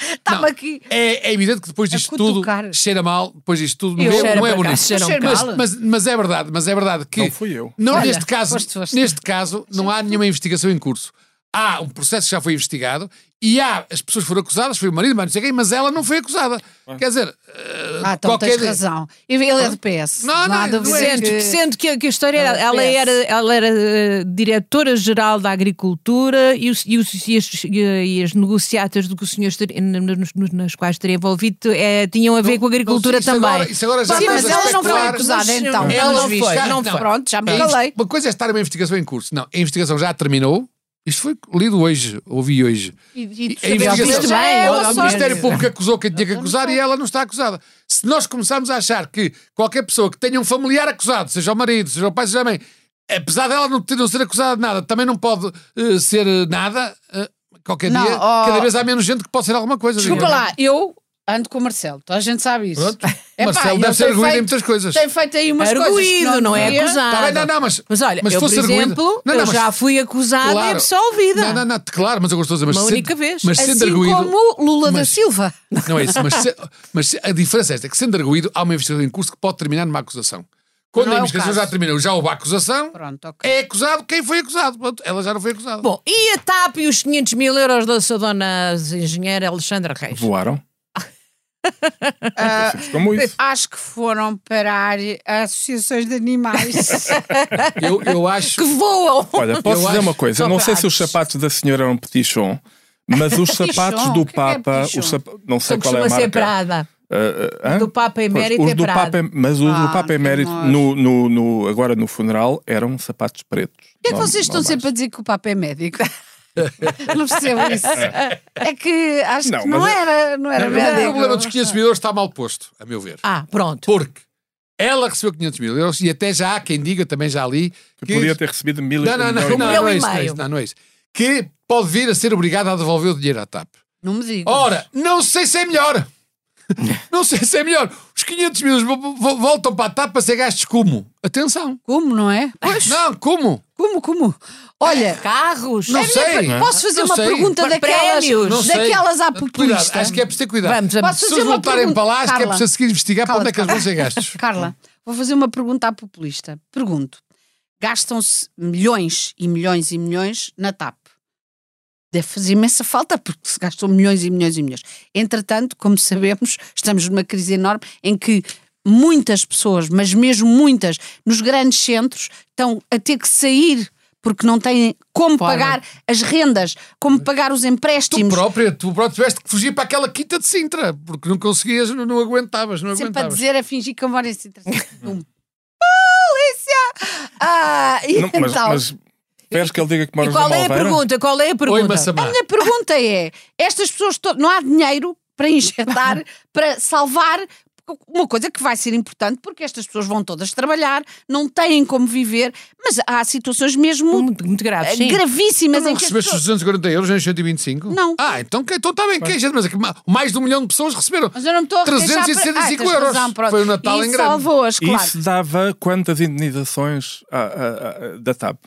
Speaker 4: Estava
Speaker 2: Não,
Speaker 4: aqui.
Speaker 2: É, é evidente que depois
Speaker 4: A
Speaker 2: disto tudo
Speaker 4: cutucar.
Speaker 2: cheira mal, depois disto tudo
Speaker 1: Eu
Speaker 2: não, é-
Speaker 1: cheiro
Speaker 2: não é
Speaker 1: para cá,
Speaker 2: bonito.
Speaker 1: cheiro
Speaker 4: um
Speaker 2: mas,
Speaker 4: calo.
Speaker 2: mas, mas é verdade, mas é verdade que
Speaker 5: Não fui eu.
Speaker 2: não,
Speaker 4: Olha,
Speaker 2: neste caso,
Speaker 4: foste, foste.
Speaker 2: neste caso não há nenhuma investigação em curso. Há um processo que já foi investigado e há as pessoas que foram acusadas, foi o marido, mas não sei quem, mas ela não foi acusada. Quer dizer, eh,
Speaker 4: Ah, então
Speaker 2: qualquer
Speaker 4: tens razão. Ele é do PS.
Speaker 2: Não, não,
Speaker 4: há
Speaker 2: não
Speaker 4: dúvida
Speaker 2: é
Speaker 1: Sendo,
Speaker 4: que-
Speaker 1: sendo que, que a história era,
Speaker 2: Ah,
Speaker 4: Não,
Speaker 1: ela
Speaker 4: PS.
Speaker 1: era, ela era eh, diretora-geral da agricultura e, os- e os- e as, e as negociatas do que o senhor estaria- nas, nas quais estaria envolvido eh, tinham a ver com a agricultura
Speaker 2: Não sei, isso
Speaker 1: também.
Speaker 2: Agora, isso é um- agora já
Speaker 4: Sim,
Speaker 2: estamos
Speaker 4: mas
Speaker 2: a
Speaker 4: ela não foi
Speaker 2: especular.
Speaker 4: acusada
Speaker 1: mas-
Speaker 4: então.
Speaker 1: Ela
Speaker 4: pelos
Speaker 1: não
Speaker 4: vistos.
Speaker 1: foi, não foi.
Speaker 4: Pronto, já me
Speaker 2: É isto-
Speaker 4: calei.
Speaker 2: Uma coisa é estar uma investigação em curso. Não, a investigação já terminou. Isto foi lido hoje, ouvi hoje.
Speaker 4: E- e tu
Speaker 2: a
Speaker 4: sabes
Speaker 2: investigação,
Speaker 4: disto bem,
Speaker 2: o-
Speaker 4: ou
Speaker 2: o
Speaker 4: só-
Speaker 2: Ministério Público acusou quem tinha que acusar e ela não está acusada. Se nós começarmos a achar que qualquer pessoa que tenha um familiar acusado, seja o marido, seja o pai, seja a mãe, apesar dela não, ter, não ser acusada de nada, também não pode eh, ser eh, nada, eh, qualquer
Speaker 4: Não,
Speaker 2: dia,
Speaker 4: ó-
Speaker 2: cada vez há menos gente que pode ser alguma coisa.
Speaker 4: Desculpa
Speaker 2: digo eu.
Speaker 4: lá, eu ando com o Marcelo, toda a gente sabe isso.
Speaker 2: Pronto.
Speaker 4: Epá,
Speaker 2: Marcelo
Speaker 4: ele
Speaker 2: deve ser
Speaker 4: tem
Speaker 2: arguído em
Speaker 4: feito-
Speaker 2: muitas coisas.
Speaker 4: Tem feito aí umas coisas. que
Speaker 1: Arguído, não, é
Speaker 4: devia.
Speaker 1: acusado.
Speaker 2: Tá bem, não, não, mas-
Speaker 1: mas olha,
Speaker 2: mas
Speaker 1: eu, por
Speaker 2: fosse arguído-
Speaker 1: exemplo,
Speaker 2: Não, não,
Speaker 1: eu
Speaker 2: mas-
Speaker 1: já fui acusada e absolvida.
Speaker 2: Não, não, não, claro, mas eu gosto de dizer, mas
Speaker 1: Uma
Speaker 2: sendo-
Speaker 1: única vez.
Speaker 2: Mas sendo
Speaker 4: Assim
Speaker 2: arguído,
Speaker 4: como Lula da
Speaker 2: mas-
Speaker 4: Silva.
Speaker 2: Não é isso, mas, se- mas se- a diferença é esta: que sendo arguído, há uma investigação em curso que pode terminar numa acusação. Quando
Speaker 4: Não
Speaker 2: a
Speaker 4: é o
Speaker 2: investigação
Speaker 4: caso.
Speaker 2: já terminou, já houve a acusação,
Speaker 4: Pronto, ok.
Speaker 2: é acusado quem foi acusado. Pronto, ela já não foi acusada.
Speaker 1: Bom, e a TAP e os 500 mil euros da sua dona engenheira Alexandra Reis?
Speaker 5: Voaram. Então, ficou como isso.
Speaker 4: Acho que foram parar a associações de animais.
Speaker 2: eu, eu acho.
Speaker 1: Que voam!
Speaker 5: Olha,
Speaker 2: Eu
Speaker 5: posso dizer
Speaker 2: acho-
Speaker 5: uma coisa? Eu não sei se os sapatos da senhora eram petichon, mas os sapatos
Speaker 4: O
Speaker 5: do
Speaker 4: que é que é
Speaker 5: Papa,
Speaker 4: petichon?
Speaker 5: os sapa- não sei
Speaker 1: Então
Speaker 5: qual é
Speaker 1: costuma
Speaker 5: a
Speaker 1: ser
Speaker 5: marca.
Speaker 1: Prada.
Speaker 5: Ah, ah, hã?
Speaker 1: Do Papa
Speaker 5: Pois,
Speaker 1: Emérito
Speaker 5: os
Speaker 1: é
Speaker 5: do
Speaker 1: Prado.
Speaker 5: Papa, Em- mas os do
Speaker 4: Ah,
Speaker 5: Papa
Speaker 4: que
Speaker 5: Emérito,
Speaker 4: nojo.
Speaker 5: no, no, no- agora no funeral, eram sapatos pretos.
Speaker 4: Por que é que vocês estão sempre a dizer que o Papa é médico? não percebo isso. É que acho
Speaker 5: Não,
Speaker 4: que não
Speaker 5: mas é-
Speaker 4: era, não era
Speaker 2: O
Speaker 4: médico.
Speaker 2: problema dos 500 mil euros está mal posto, a meu ver.
Speaker 1: Ah, pronto.
Speaker 2: Porque ela recebeu 500 mil euros e até já há quem diga, também já li,
Speaker 5: Que podia ter recebido mil
Speaker 2: Não, não, não, não,
Speaker 5: milhões.
Speaker 2: não,
Speaker 1: milhão
Speaker 2: é
Speaker 1: e
Speaker 2: isso, não é
Speaker 1: meio.
Speaker 2: isso, não, não é isso. Que pode vir a ser obrigada a devolver o dinheiro à TAP.
Speaker 4: Não me digas.
Speaker 2: Ora, não sei se é melhor. Não sei se é melhor. Os 500 mil vo- vo- voltam para a TAP para ser gastos como? Atenção.
Speaker 4: Como, não é?
Speaker 2: Não, como?
Speaker 4: Como, como? Olha,
Speaker 1: Carros.
Speaker 2: Não
Speaker 1: É
Speaker 2: sei.
Speaker 4: minha per- posso fazer
Speaker 2: Não
Speaker 4: uma
Speaker 2: sei.
Speaker 4: pergunta daquelas,
Speaker 1: Prémios.
Speaker 2: Não sei.
Speaker 4: daquelas à
Speaker 2: Cuidado,
Speaker 4: populista?
Speaker 2: acho que é preciso ter cuidado.
Speaker 1: Vamos, vamos.
Speaker 4: Posso
Speaker 2: Se
Speaker 4: fazer
Speaker 2: eles
Speaker 4: uma
Speaker 2: voltarem
Speaker 4: pergunta?
Speaker 2: para lá, acho que é
Speaker 4: Carla.
Speaker 2: preciso seguir investigar para onde é que eles vão ser gastos.
Speaker 4: Carla, vou fazer uma pergunta à populista. Pergunto: gastam-se milhões e milhões e milhões na TAP. Deve fazer imensa falta, porque se gastam milhões e milhões e milhões. Entretanto, como sabemos, estamos numa crise enorme em que muitas pessoas, mas mesmo muitas, nos grandes centros, estão a ter que sair porque não têm como pagar as rendas, como pagar os
Speaker 2: Tu
Speaker 4: empréstimos.
Speaker 2: própria, tu próprio tiveste que fugir para aquela quinta de Sintra, porque não conseguias, não, não aguentavas, não
Speaker 4: Sempre a
Speaker 2: aguentavas.
Speaker 4: dizer, a é fingir que eu moro em Sintra. Um Polícia! Ah, e
Speaker 5: Não, mas,
Speaker 4: então,
Speaker 5: mas Preferes que ele diga que moras
Speaker 1: E qual
Speaker 5: na
Speaker 1: é a
Speaker 5: Malveira?
Speaker 1: pergunta? Qual é a pergunta?
Speaker 4: A
Speaker 2: Massamá.
Speaker 4: minha pergunta é: estas pessoas to- não há dinheiro para injetar, para salvar uma coisa que vai ser importante, porque estas pessoas vão todas trabalhar, não têm como viver, mas há situações mesmo
Speaker 1: Muito, muito grave,
Speaker 4: eh,
Speaker 1: sim.
Speaker 4: gravíssimas
Speaker 2: Não
Speaker 4: em que as
Speaker 2: recebeste os
Speaker 4: pessoas.
Speaker 2: 240 euros nem 125?
Speaker 4: Não.
Speaker 2: Ah, então está então tá bem, queixa, mas é que ma- mais de um milhão de pessoas receberam.
Speaker 4: Mas eu não me estou a queixar para- Ah,
Speaker 2: 365
Speaker 4: tens
Speaker 2: euros.
Speaker 4: razão, pronto.
Speaker 2: Foi o Natal em
Speaker 4: e
Speaker 2: grande.
Speaker 4: salvou-as, claro.
Speaker 5: Isso dava quantas indenizações à- à- à- da TAP?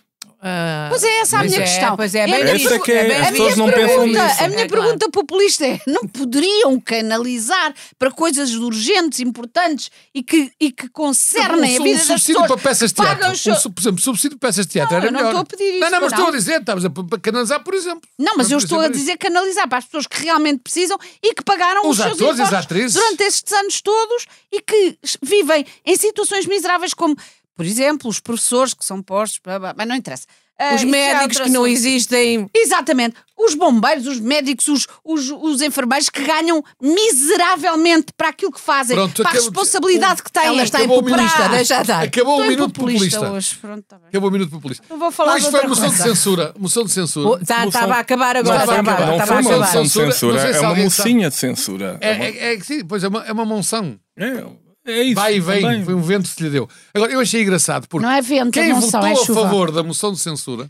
Speaker 1: Ah,
Speaker 4: Pois é, essa é a
Speaker 1: pois
Speaker 4: minha
Speaker 1: é,
Speaker 4: questão.
Speaker 1: Pois é, bem
Speaker 4: Essa
Speaker 1: visto,
Speaker 5: é que é,
Speaker 1: bem
Speaker 5: as pessoas
Speaker 1: visto.
Speaker 5: não pensam
Speaker 4: pergunta,
Speaker 1: nisso.
Speaker 4: A minha
Speaker 1: É claro.
Speaker 4: pergunta populista é: não poderiam canalizar para coisas urgentes, importantes e que, e que concernem
Speaker 2: um,
Speaker 4: a vida das
Speaker 2: subsídio
Speaker 4: pessoas?
Speaker 2: para peças de
Speaker 4: Pagam
Speaker 2: teatro. Um,
Speaker 4: os seus-
Speaker 2: su- por exemplo, subsídio para peças de teatro
Speaker 4: Não,
Speaker 2: era
Speaker 4: eu não
Speaker 2: melhor.
Speaker 4: estou a pedir
Speaker 2: Não,
Speaker 4: isso,
Speaker 2: não, mas
Speaker 4: não.
Speaker 2: estou a dizer, estamos a p- p- canalizar, por exemplo.
Speaker 4: Não, mas eu estou a
Speaker 2: por exemplo,
Speaker 4: dizer canalizar para as pessoas que realmente precisam e que pagaram os,
Speaker 2: Os
Speaker 4: seus
Speaker 2: atores e as
Speaker 4: impostos
Speaker 2: atrizes.
Speaker 4: durante estes anos todos e que s- vivem em situações miseráveis como, por exemplo, os professores que são postos, blá, blá, mas não interessa. Ah,
Speaker 1: Os
Speaker 4: isso é
Speaker 1: médicos
Speaker 4: outro
Speaker 1: que não
Speaker 4: assunto.
Speaker 1: existem.
Speaker 4: Exatamente. Os bombeiros, os médicos, os, os, os enfermeiros que ganham miseravelmente para aquilo que fazem,
Speaker 2: Pronto,
Speaker 4: para a
Speaker 2: acabou-
Speaker 4: responsabilidade que têm.
Speaker 1: Ela está
Speaker 2: Acabou o
Speaker 1: impopulista,
Speaker 2: ministro.
Speaker 1: deixa estar.
Speaker 2: Acabou o minuto populista.
Speaker 4: hoje. Pronto, tá bem.
Speaker 2: Acabou o minuto populista.
Speaker 4: Não vou falar
Speaker 2: Hoje
Speaker 4: de
Speaker 2: foi
Speaker 4: outra
Speaker 2: moção de
Speaker 4: coisa.
Speaker 2: censura. Moção de censura.
Speaker 1: Estava tá, a acabar
Speaker 2: Não,
Speaker 1: agora.
Speaker 2: estava a
Speaker 1: estava-
Speaker 2: acabar.
Speaker 5: Não
Speaker 4: tá
Speaker 1: estava
Speaker 5: foi
Speaker 1: a
Speaker 5: uma
Speaker 2: acabar.
Speaker 5: moção de
Speaker 2: Censura, não
Speaker 5: censura,
Speaker 2: sei se
Speaker 5: é uma
Speaker 2: alguém sabe.
Speaker 5: mocinha de censura.
Speaker 2: É, é, é que sim, pois é uma, é uma monção.
Speaker 5: É, é isso.
Speaker 2: Vai e vem,
Speaker 5: também.
Speaker 2: foi um vento que se lhe deu. Agora, eu achei engraçado porque
Speaker 4: Não é vento,
Speaker 2: quem
Speaker 4: não
Speaker 2: votou
Speaker 4: são, é
Speaker 2: a
Speaker 4: chuva.
Speaker 2: favor da moção de censura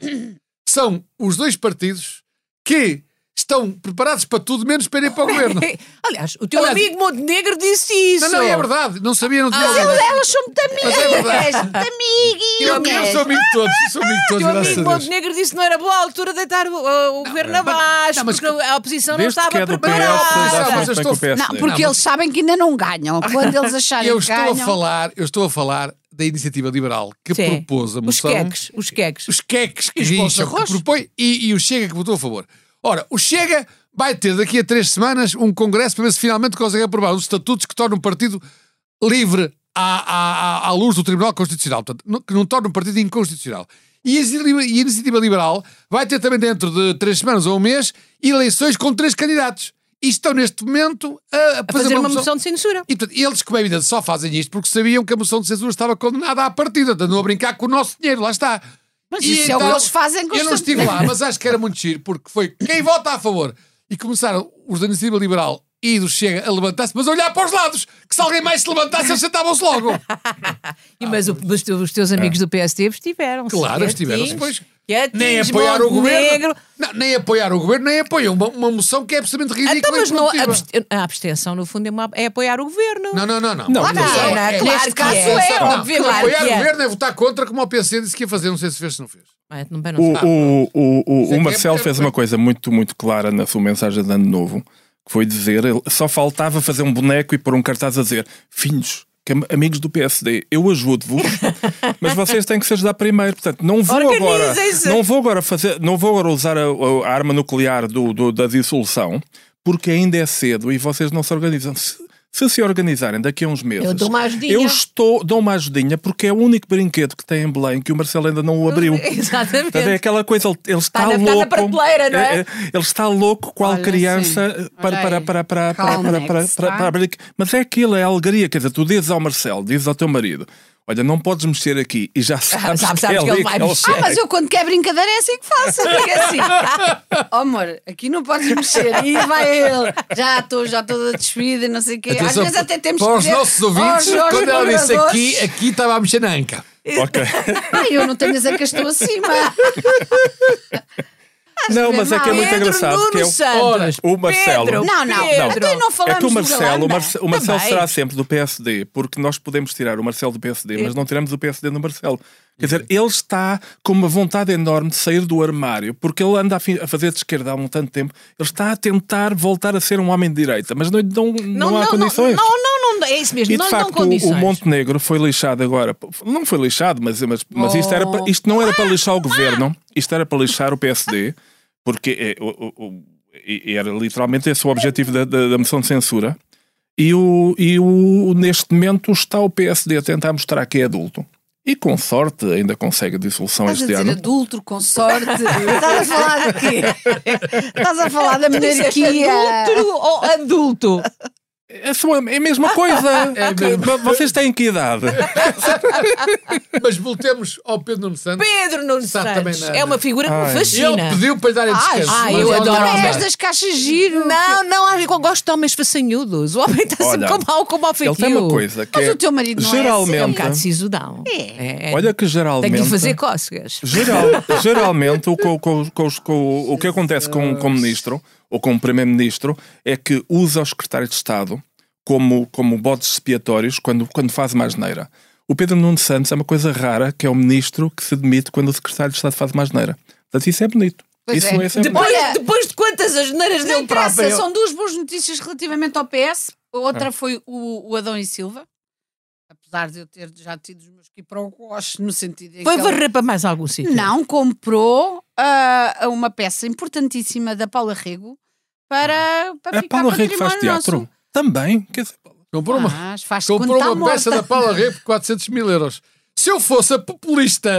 Speaker 2: são os dois partidos que estão preparados para tudo, menos para ir para o governo.
Speaker 1: Aliás, o teu
Speaker 2: Aliás,
Speaker 1: amigo Montenegro disse isso.
Speaker 2: Não, não, é verdade. Não sabia, não tinha
Speaker 1: Ah,
Speaker 2: ouvido.
Speaker 4: Elas são muito
Speaker 2: Mas é verdade.
Speaker 4: amigas, muito
Speaker 2: Eu,
Speaker 1: é.
Speaker 2: eu sou
Speaker 4: amiguinhas.
Speaker 2: amigo de todos, sou amigo de
Speaker 1: O
Speaker 2: todos,
Speaker 1: teu
Speaker 2: graças
Speaker 1: amigo
Speaker 2: a Deus.
Speaker 1: Montenegro disse que não era boa altura deitar o, o- o governo abaixo,
Speaker 2: não, mas
Speaker 1: porque a oposição não
Speaker 5: Desde
Speaker 1: estava
Speaker 5: que é do PS,
Speaker 1: preparada.
Speaker 2: Ah,
Speaker 5: dá-se
Speaker 2: mas eu
Speaker 5: muito bem com
Speaker 2: estou-
Speaker 5: o PSD.
Speaker 4: Não, porque
Speaker 2: Não,
Speaker 4: eles sabem que ainda não ganham. Quando eles acharem
Speaker 2: Eu
Speaker 4: que
Speaker 2: estou
Speaker 4: ganham.
Speaker 2: a falar, eu estou a falar da iniciativa liberal que
Speaker 1: Sim.
Speaker 2: propôs a
Speaker 1: Os
Speaker 2: moção.
Speaker 1: queques, os queques.
Speaker 2: os queques que
Speaker 4: bolsos de
Speaker 2: guincham, que
Speaker 4: arroz.
Speaker 2: propõe e, e o Chega que votou a favor. Ora, o Chega vai ter daqui a três semanas um congresso para ver se finalmente consegue aprovar os estatutos que tornam o partido livre à, à, à, à luz do Tribunal Constitucional, portanto, não- que não torna o partido inconstitucional. E a iniciativa- e a iniciativa liberal vai ter também dentro de três semanas ou um mês eleições com três candidatos. E estão neste momento a, a
Speaker 1: A fazer uma moção de censura.
Speaker 2: e portanto, eles, como é evidente, só fazem isto porque sabiam que a moção de censura estava condenada à partida, andam a brincar com o nosso dinheiro, lá está. Mas
Speaker 4: isso é o que eles fazem
Speaker 2: Eu não estive lá, mas acho que era muito giro, porque foi quem vota a favor. E começaram os da iniciativa liberal e do Chega a levantar-se, mas a olhar para os lados, que se alguém mais se levantasse, eles sentavam-se logo.
Speaker 1: E, mas o- os, teus, os teus amigos do PSD estiveram.
Speaker 2: É. Claro, estiveram-se, pois. Nem apoiar
Speaker 1: apoiaram
Speaker 2: o governo. Não, nem apoiar o governo, nem apoiam uma, uma moção que é absolutamente ridícula.
Speaker 1: Então,
Speaker 2: e
Speaker 1: mas não,
Speaker 2: improdutiva.
Speaker 1: abst- a abstenção, no fundo, é, uma- é apoiar o governo.
Speaker 2: Não, não, não, não.
Speaker 5: Não,
Speaker 2: Claro
Speaker 5: não,
Speaker 2: que
Speaker 5: não,
Speaker 1: Ah, não, claro
Speaker 2: Neste
Speaker 1: que
Speaker 2: caso,
Speaker 1: é.
Speaker 2: é,
Speaker 1: Claro
Speaker 2: não,
Speaker 1: que é.
Speaker 2: Apoiar o
Speaker 1: Claro que é.
Speaker 2: governo é votar contra, como o PC disse que ia fazer. Não sei se fez, se não fez.
Speaker 1: Ah, também não
Speaker 5: O,
Speaker 1: sei.
Speaker 5: o, o, o,
Speaker 2: é
Speaker 5: o
Speaker 2: que
Speaker 5: Marcelo
Speaker 2: é-
Speaker 5: fez uma coisa muito, muito clara na sua mensagem de ano novo, que foi dizer, ele só faltava fazer um boneco e pôr um cartaz a dizer, filhos, cam- amigos do PSD, eu ajudo-vos, mas vocês têm que se ajudar primeiro. Portanto, não vou agora,
Speaker 1: Organizem-se.
Speaker 5: não vou agora fazer, não vou agora usar a, a arma nuclear do, do- da dissolução, porque ainda é cedo e vocês não se organizam. Se se, se organizarem daqui a uns meses,
Speaker 1: Eu dou uma ajudinha.
Speaker 5: eu estou, dou uma ajudinha porque é o único brinquedo que tem em Belém que o Marcelo ainda não o abriu.
Speaker 1: Exatamente.
Speaker 5: Portanto, é aquela coisa, ele, ele
Speaker 1: Está
Speaker 5: está,
Speaker 1: na- está na
Speaker 5: louco.
Speaker 1: prateleira, não é?
Speaker 5: É, é, Ele está louco qual
Speaker 4: Olha,
Speaker 5: criança eh,
Speaker 4: sim.
Speaker 5: para,
Speaker 4: Olha aí.
Speaker 5: para, para, para, para,
Speaker 4: Calma, tá?
Speaker 5: para, para,
Speaker 4: que se
Speaker 5: para,
Speaker 4: vai.
Speaker 5: para abrir. Mas é aquilo, é a alegria. Quer dizer, tu dizes ao Marcelo, dizes ao teu marido: Olha, não podes mexer aqui. E já sabes,
Speaker 1: sabes-
Speaker 5: que,
Speaker 1: sabes
Speaker 5: é
Speaker 1: que
Speaker 5: ali
Speaker 1: ele vai mexer.
Speaker 4: Ah, mas eu quando quer brincadeira é assim que faço. Eu digo assim: oh, amor, aqui não podes mexer. E vai ele. Já estou, já toda despida, não sei o quê. Às
Speaker 2: Atenção,
Speaker 4: vezes até temos
Speaker 2: para
Speaker 4: que
Speaker 2: os
Speaker 4: dizer "Oh,
Speaker 2: nossos ouvintes,
Speaker 4: aos nossos
Speaker 2: quando ela disse
Speaker 4: colaboradores,
Speaker 2: aqui, aqui estava a mexer na anca.
Speaker 5: Ok.
Speaker 4: Ai, eu não tenho a dizer que estou acima.
Speaker 5: Não, mas é que é muito
Speaker 1: Pedro
Speaker 5: engraçado.
Speaker 1: Nuno
Speaker 5: Que é o-
Speaker 1: Santos.
Speaker 5: o Marcelo.
Speaker 1: Pedro,
Speaker 4: Não, não.
Speaker 1: Pedro.
Speaker 4: Até não
Speaker 5: É
Speaker 4: falamos
Speaker 5: que o Marcelo, o
Speaker 4: do
Speaker 5: Marce- o Marcelo
Speaker 1: Também.
Speaker 5: será sempre do PSD, porque nós podemos tirar o Marcelo do PSD, mas não tiramos o PSD do Marcelo. Quer dizer, ele está com uma vontade enorme de sair do armário, porque ele anda a, fi- a fazer de esquerda há um tanto tempo. Ele está a tentar voltar a ser um homem de direita, mas não, não, não, há condições.
Speaker 1: Não, não, não, é isso mesmo,
Speaker 5: E
Speaker 1: não
Speaker 5: de
Speaker 1: lhe dão
Speaker 5: facto, o,
Speaker 1: condições.
Speaker 5: o Montenegro foi lixado agora. Não foi lixado, mas, mas, mas isto, era
Speaker 4: Oh.
Speaker 5: para- isto não era para lixar o
Speaker 4: é
Speaker 5: governo, isto era para lixar o PSD, porque é, o- o- o- e- era literalmente esse o objetivo da, da- da moção de censura. E, o, e o, neste momento está o PSD a tentar mostrar que é adulto. E com sorte ainda consegue a dissolução
Speaker 4: Estás a
Speaker 5: este
Speaker 4: dizer
Speaker 5: ano.
Speaker 4: adulto, consorte. Estás a falar
Speaker 2: é
Speaker 1: é.
Speaker 4: de quê? Estás a falar da monarquia.
Speaker 1: Adulto ou adulto?
Speaker 5: É só- é a mesma coisa. É
Speaker 2: mesmo.
Speaker 5: Vocês têm que idade?
Speaker 2: Mas voltemos ao Pedro Nuno Santos.
Speaker 1: Pedro Nunes
Speaker 2: Sabe também
Speaker 1: Santos
Speaker 2: nada.
Speaker 1: é uma figura que me
Speaker 5: Ai.
Speaker 2: Ele
Speaker 1: fascina.
Speaker 2: pediu para lhe darem
Speaker 1: Ai,
Speaker 2: descanso.
Speaker 1: ai,
Speaker 2: mas
Speaker 1: eu
Speaker 2: ele não
Speaker 1: adoro
Speaker 2: dá.
Speaker 1: homens.
Speaker 4: És das caixas giro.
Speaker 1: Não, não, acho que eu gosto de homens façanhudos. O homem está sempre
Speaker 5: Olha,
Speaker 1: com mal, com mal feitio.
Speaker 5: Ele tem uma coisa que
Speaker 4: Mas
Speaker 5: é,
Speaker 4: o teu marido não é assim,
Speaker 1: É um
Speaker 5: geralmente,
Speaker 1: bocado sisudão.
Speaker 4: É.
Speaker 5: Olha que
Speaker 1: Tem
Speaker 5: geralmente...
Speaker 1: que lhe fazer cócegas.
Speaker 5: Geral- geralmente, o, co- co- co- os- co- o que acontece com, com o ministro ou com o primeiro-ministro é que usa os secretários de Estado como, como bodes expiatórios quando, quando faz uma asneira. O Pedro Nuno Santos é uma coisa rara que é o ministro que se demite quando o secretário de Estado faz uma asneira. Portanto, isso é bonito.
Speaker 4: Pois
Speaker 5: isso
Speaker 4: é.
Speaker 5: isso bonito.
Speaker 1: Depois,
Speaker 4: Olha-
Speaker 1: depois de quantas asneiras
Speaker 4: Não
Speaker 1: dele
Speaker 4: interessa,
Speaker 1: próprio.
Speaker 4: são duas boas notícias relativamente ao PS. A outra
Speaker 2: Ah.
Speaker 4: foi o, o Adão e Silva. Apesar de eu ter já tido os meus que ir para o gosto, no sentido em
Speaker 1: Foi
Speaker 4: que ele-
Speaker 1: varrer para mais algum sítio.
Speaker 4: Não, comprou ah, uma peça importantíssima da Paula Rego para, para
Speaker 5: Ah. A
Speaker 4: ficar
Speaker 5: Paula É Rego faz
Speaker 4: património
Speaker 5: teatro?
Speaker 4: nosso.
Speaker 5: Também. Quer dizer,
Speaker 2: Comprou uma,
Speaker 4: Mas faz
Speaker 2: comprou
Speaker 4: quando tá
Speaker 2: uma peça
Speaker 4: morta.
Speaker 2: da Paula Rei por 400 mil euros. Se eu fosse a populista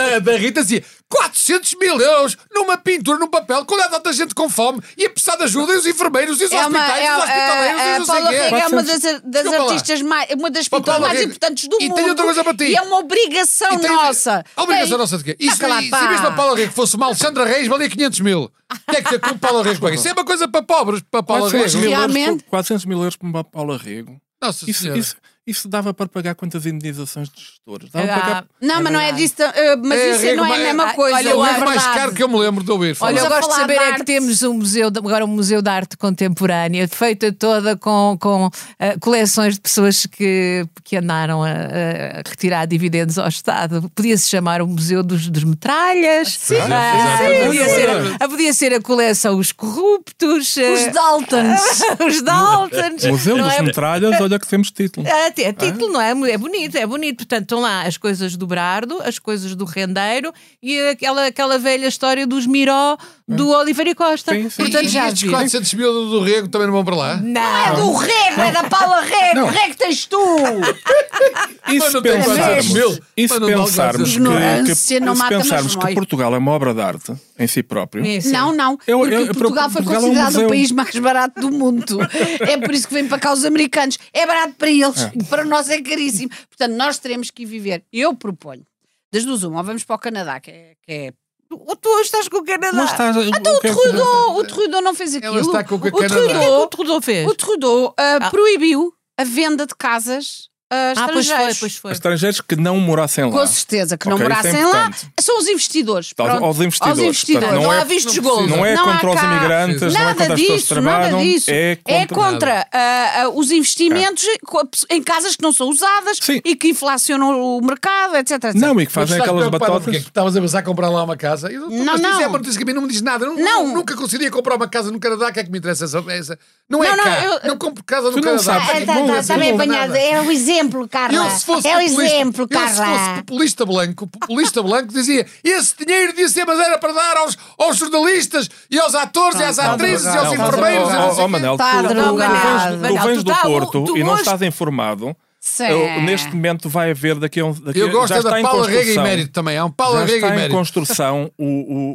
Speaker 2: da, da Rita, dizia 400 mil euros numa pintura, num papel, quando há tanta gente com fome e a precisar de ajuda, e os enfermeiros, e os
Speaker 4: É uma,
Speaker 2: hospitais,
Speaker 4: é,
Speaker 2: e os hospitaleiros,
Speaker 4: a,
Speaker 2: e
Speaker 4: a
Speaker 2: não sei
Speaker 4: Paula
Speaker 2: quê.
Speaker 4: Rego é uma das, das
Speaker 2: Desculpa lá.
Speaker 4: artistas mais, uma das
Speaker 2: Paula
Speaker 4: pinturas mais
Speaker 2: Rego.
Speaker 4: importantes do
Speaker 2: E
Speaker 4: mundo.
Speaker 2: tenho outra coisa para ti.
Speaker 4: E é uma obrigação
Speaker 2: E tem-
Speaker 4: nossa.
Speaker 2: A obrigação
Speaker 4: Tem-
Speaker 2: nossa de quê? Isso,
Speaker 4: Taca lá,
Speaker 2: se
Speaker 4: pá.
Speaker 2: mesmo a Paula Rego fosse uma Alexandra Reis, valia 500 mil. Tem que ser com o Paula Rego. paga. Isso é uma coisa para pobres, para Paula
Speaker 5: 400
Speaker 2: Rego.
Speaker 5: mil, euros,
Speaker 4: Realmente.
Speaker 5: por- 400 mil euros para uma Paula Rego.
Speaker 2: Nossa
Speaker 5: Isso,
Speaker 2: Senhora.
Speaker 5: isso, isso dava para pagar quantas indenizações de gestores? Dava
Speaker 1: Ah,
Speaker 5: para pagar...
Speaker 4: Não, mas não é disso. tam- eh, Mas
Speaker 2: É,
Speaker 4: isso
Speaker 2: Rego,
Speaker 4: não é a
Speaker 2: mas-
Speaker 4: mesma
Speaker 1: ah,
Speaker 4: coisa.
Speaker 1: olha,
Speaker 2: É o
Speaker 1: Olha,
Speaker 4: é
Speaker 2: livro mais
Speaker 4: verdade.
Speaker 2: caro que eu me lembro de ouvir.
Speaker 1: Olha,
Speaker 2: falar.
Speaker 1: eu
Speaker 4: Estamos a
Speaker 1: gosto de
Speaker 4: falar
Speaker 1: saber
Speaker 4: de
Speaker 1: é que
Speaker 4: arte.
Speaker 1: temos um museu, de- agora um museu de arte contemporânea, feita toda com, com ah, coleções de pessoas que, que andaram a, a retirar dividendos ao Estado. Podia-se chamar o Museu dos, dos Metralhas, Ah,
Speaker 2: exatamente.
Speaker 1: podia, ser, a- podia ser a coleção Os Corruptos,
Speaker 4: Os Daltons.
Speaker 1: ah, os Daltons.
Speaker 5: Museu
Speaker 1: não
Speaker 5: dos
Speaker 1: é?
Speaker 5: Metralhas, olha que temos título.
Speaker 1: Ah, t- É título, não é? É bonito, é bonito. Portanto, estão lá as coisas do Brardo, as coisas do Rendeiro e aquela, aquela velha história dos Miró
Speaker 2: Hum.
Speaker 1: do Oliveira e Costa.
Speaker 5: Sim, sim.
Speaker 1: Portanto,
Speaker 2: E
Speaker 1: já
Speaker 2: estes
Speaker 1: vi.
Speaker 2: 400 mil do do Rego também não vão para lá?
Speaker 4: É
Speaker 1: Não,
Speaker 4: do Rego, é da Paula Rego. Rego tens tu.
Speaker 5: E
Speaker 2: Mas
Speaker 5: se
Speaker 2: não tem
Speaker 5: pensarmos,
Speaker 2: quantos mil?
Speaker 5: e se
Speaker 2: Mas não dá
Speaker 5: pensarmos, que,
Speaker 4: quantos mil?
Speaker 5: que-
Speaker 4: Ignorância não
Speaker 5: se
Speaker 4: mata, mas
Speaker 5: pensarmos que
Speaker 4: mói.
Speaker 5: Portugal é uma obra de arte em si próprio,
Speaker 1: É assim.
Speaker 4: Não, não.
Speaker 5: Eu-
Speaker 4: porque
Speaker 5: eu-
Speaker 4: Portugal foi
Speaker 5: Portugal é um
Speaker 4: considerado
Speaker 5: museu.
Speaker 4: o país mais barato do mundo. é por isso que vem para cá os americanos. É barato para eles, para nós é caríssimo. Portanto, nós teremos que ir viver. Eu proponho, das duas uma, ou vamos para o Canadá, que é. Que é...
Speaker 1: O tu estás com o Canadá.
Speaker 5: não está. é
Speaker 4: Então o Trudeau, o Trudeau não fez aquilo.
Speaker 2: Ela está com o
Speaker 4: o
Speaker 2: Canadá.
Speaker 1: O que é que o
Speaker 4: Trudeau,
Speaker 1: Trudeau fez?
Speaker 4: o Trudeau ah, proibiu a venda de casas a
Speaker 1: Ah, pois foi,
Speaker 4: estrangeiros.
Speaker 1: pois foi.
Speaker 5: Estrangeiros que não morassem lá.
Speaker 4: Com certeza que não
Speaker 5: Ok, isso é
Speaker 4: morassem lá.
Speaker 5: importante.
Speaker 4: São os investidores.
Speaker 5: Aos-
Speaker 4: pronto.
Speaker 5: aos investidores,
Speaker 4: investidores.
Speaker 5: portanto,
Speaker 1: Não
Speaker 5: não é-
Speaker 1: há vistos
Speaker 2: não
Speaker 1: gold.
Speaker 2: precisa.
Speaker 5: Não é
Speaker 4: Não há
Speaker 5: contra os
Speaker 4: cá
Speaker 5: imigrantes, não é
Speaker 4: Nada
Speaker 5: contra as pessoas que
Speaker 4: disso, nada
Speaker 5: trabalham.
Speaker 4: disso.
Speaker 5: É contra. É.
Speaker 4: ah, ah, os investimentos co- em casas que não são usadas
Speaker 5: Sim.
Speaker 4: e que inflacionam o mercado, etc. etc.
Speaker 5: Não, e
Speaker 2: Mas
Speaker 5: que fazem
Speaker 2: estás
Speaker 5: aquelas
Speaker 2: preocupada porque é
Speaker 5: batotas.
Speaker 2: que Estavas a pensar em comprar lá uma casa? Eu,
Speaker 4: Não,
Speaker 2: mas Isso
Speaker 4: não.
Speaker 2: é uma notícia que a mim não me diz nada. Eu nu-
Speaker 4: Não.
Speaker 2: Nunca conseguiria comprar uma casa no Canadá. O que é que me interessa essa? essa? Não é
Speaker 4: Não, não,
Speaker 2: cá. Não,
Speaker 4: eu- É,
Speaker 2: compro casa no
Speaker 5: não
Speaker 2: Canadá.
Speaker 5: sabes.
Speaker 2: porque
Speaker 4: então
Speaker 3: Ah, tá,
Speaker 2: não
Speaker 3: tá,
Speaker 2: interessa
Speaker 3: tá bem
Speaker 2: nada.
Speaker 3: apanhado. É o exemplo, Carla.
Speaker 2: Eu, se fosse
Speaker 3: é o
Speaker 2: populista-
Speaker 3: exemplo,
Speaker 2: eu, se fosse
Speaker 3: Carla.
Speaker 2: populista branco, populista branco dizia esse dinheiro devia ser, mas era para dar aos, aos jornalistas e aos atores e às atrizes e aos
Speaker 5: Não, mas,
Speaker 2: enfermeiros. e não
Speaker 5: ó,
Speaker 2: sei
Speaker 5: ó, ó,
Speaker 2: quê.
Speaker 5: oh, Manel, tu-
Speaker 4: Tá
Speaker 5: tu
Speaker 4: drogado.
Speaker 5: vens-
Speaker 1: Manel,
Speaker 5: tu vens
Speaker 1: tu
Speaker 5: do
Speaker 1: tá-
Speaker 5: Porto
Speaker 1: tu
Speaker 5: e não
Speaker 1: hoje-
Speaker 5: estás informado.
Speaker 4: Sim.
Speaker 5: Eu, neste momento vai haver daqui a um. Daqui,
Speaker 2: Eu gosto
Speaker 5: já
Speaker 2: é
Speaker 5: está
Speaker 2: da
Speaker 5: em
Speaker 2: Paula Rega e
Speaker 5: construção.
Speaker 2: Mérito também. Há um Paula
Speaker 5: já
Speaker 2: Rega e
Speaker 5: está em
Speaker 2: Mérito.
Speaker 5: construção o,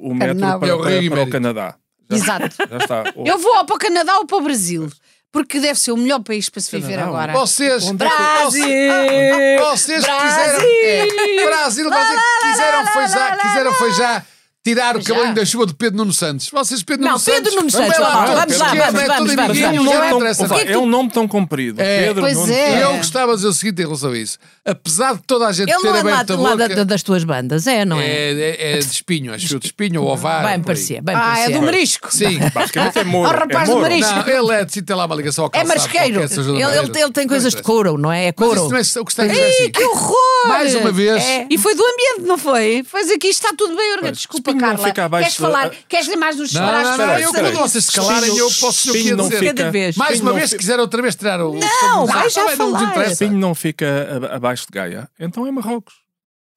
Speaker 5: o, o metro
Speaker 4: Carnaval.
Speaker 5: para,
Speaker 2: É o Rei
Speaker 5: para- para o
Speaker 2: Emérito.
Speaker 5: Canadá.
Speaker 4: Exato.
Speaker 5: Já está.
Speaker 4: Eu vou ou para o Canadá ou para o Brasil, porque deve ser o melhor país para se viver
Speaker 5: Canadá,
Speaker 4: agora.
Speaker 2: Vocês,
Speaker 5: Onde é
Speaker 2: vocês, vocês quiseram, é, Brasil, vocês quiseram foi já, quiseram foi já tirar o cabelinho da chuva de Pedro Nuno Santos. Vocês, Pedro Nuno
Speaker 1: Não,
Speaker 2: Santos.
Speaker 1: Pedro Nuno
Speaker 2: não é
Speaker 1: Santos,
Speaker 2: lá,
Speaker 1: vá, vá,
Speaker 2: Pedro
Speaker 1: vamos lá,
Speaker 2: Esquerda,
Speaker 1: vamos,
Speaker 2: é
Speaker 1: vamos,
Speaker 2: tudo
Speaker 1: vamos,
Speaker 5: Mas é
Speaker 2: amiguinho,
Speaker 1: vamos,
Speaker 5: um
Speaker 2: não
Speaker 5: nome tão-
Speaker 2: interessa
Speaker 5: opa,
Speaker 2: nada.
Speaker 5: é um nome tão comprido.
Speaker 2: É.
Speaker 5: Pedro
Speaker 4: Pois
Speaker 5: Nuno
Speaker 4: é.
Speaker 5: Santos.
Speaker 2: Eu gostava de dizer o seguinte em relação a isso. Apesar de toda a gente
Speaker 1: Ele
Speaker 2: ter
Speaker 1: não é lá,
Speaker 2: aberto a
Speaker 1: do lado da-
Speaker 2: boca,
Speaker 1: das tuas bandas, é, não é?
Speaker 2: é, é, é de espinho, acho que de espinho ou ovário.
Speaker 1: Bem
Speaker 2: por aí.
Speaker 1: parecia, bem
Speaker 4: Ah, é
Speaker 1: parecia.
Speaker 4: do marisco.
Speaker 2: Sim.
Speaker 5: Basicamente é Moro.
Speaker 4: Ó, rapaz
Speaker 5: é
Speaker 4: do
Speaker 5: Moro.
Speaker 4: Marisco.
Speaker 2: Não, ele é de sim, tem lá uma ligação ao
Speaker 4: É
Speaker 2: calçado.
Speaker 4: marisqueiro.
Speaker 2: qualquer, seja do
Speaker 1: Ele,
Speaker 2: Barreiro.
Speaker 1: ele, ele tem coisas de couro, não é? É
Speaker 2: Mas isso
Speaker 1: couro.
Speaker 2: não é- O que está a dizer é assim.
Speaker 4: Que horror!
Speaker 2: Mais uma vez.
Speaker 4: É. E foi do ambiente, não foi? Pois aqui está tudo bem organizado. Desculpa,
Speaker 5: espinho não
Speaker 4: Carla.
Speaker 5: fica abaixo
Speaker 4: Queres falar?
Speaker 5: da-
Speaker 4: Queres ler mais nos
Speaker 2: Não, não, não,
Speaker 5: espera aí,
Speaker 2: eu
Speaker 5: espera
Speaker 2: quando
Speaker 5: aí.
Speaker 2: vocês se calarem, eu posso dizer o que ia
Speaker 5: Espinho não
Speaker 2: dizer.
Speaker 5: fica-
Speaker 1: Cada vez.
Speaker 2: Mais uma
Speaker 5: Espinho
Speaker 2: vez,
Speaker 5: não
Speaker 2: se quiser outra vez tirar o.
Speaker 1: Não, vai já
Speaker 2: também Não nos
Speaker 1: falar.
Speaker 2: interessa.
Speaker 5: Espinho não fica a- abaixo de Gaia, então é Marrocos.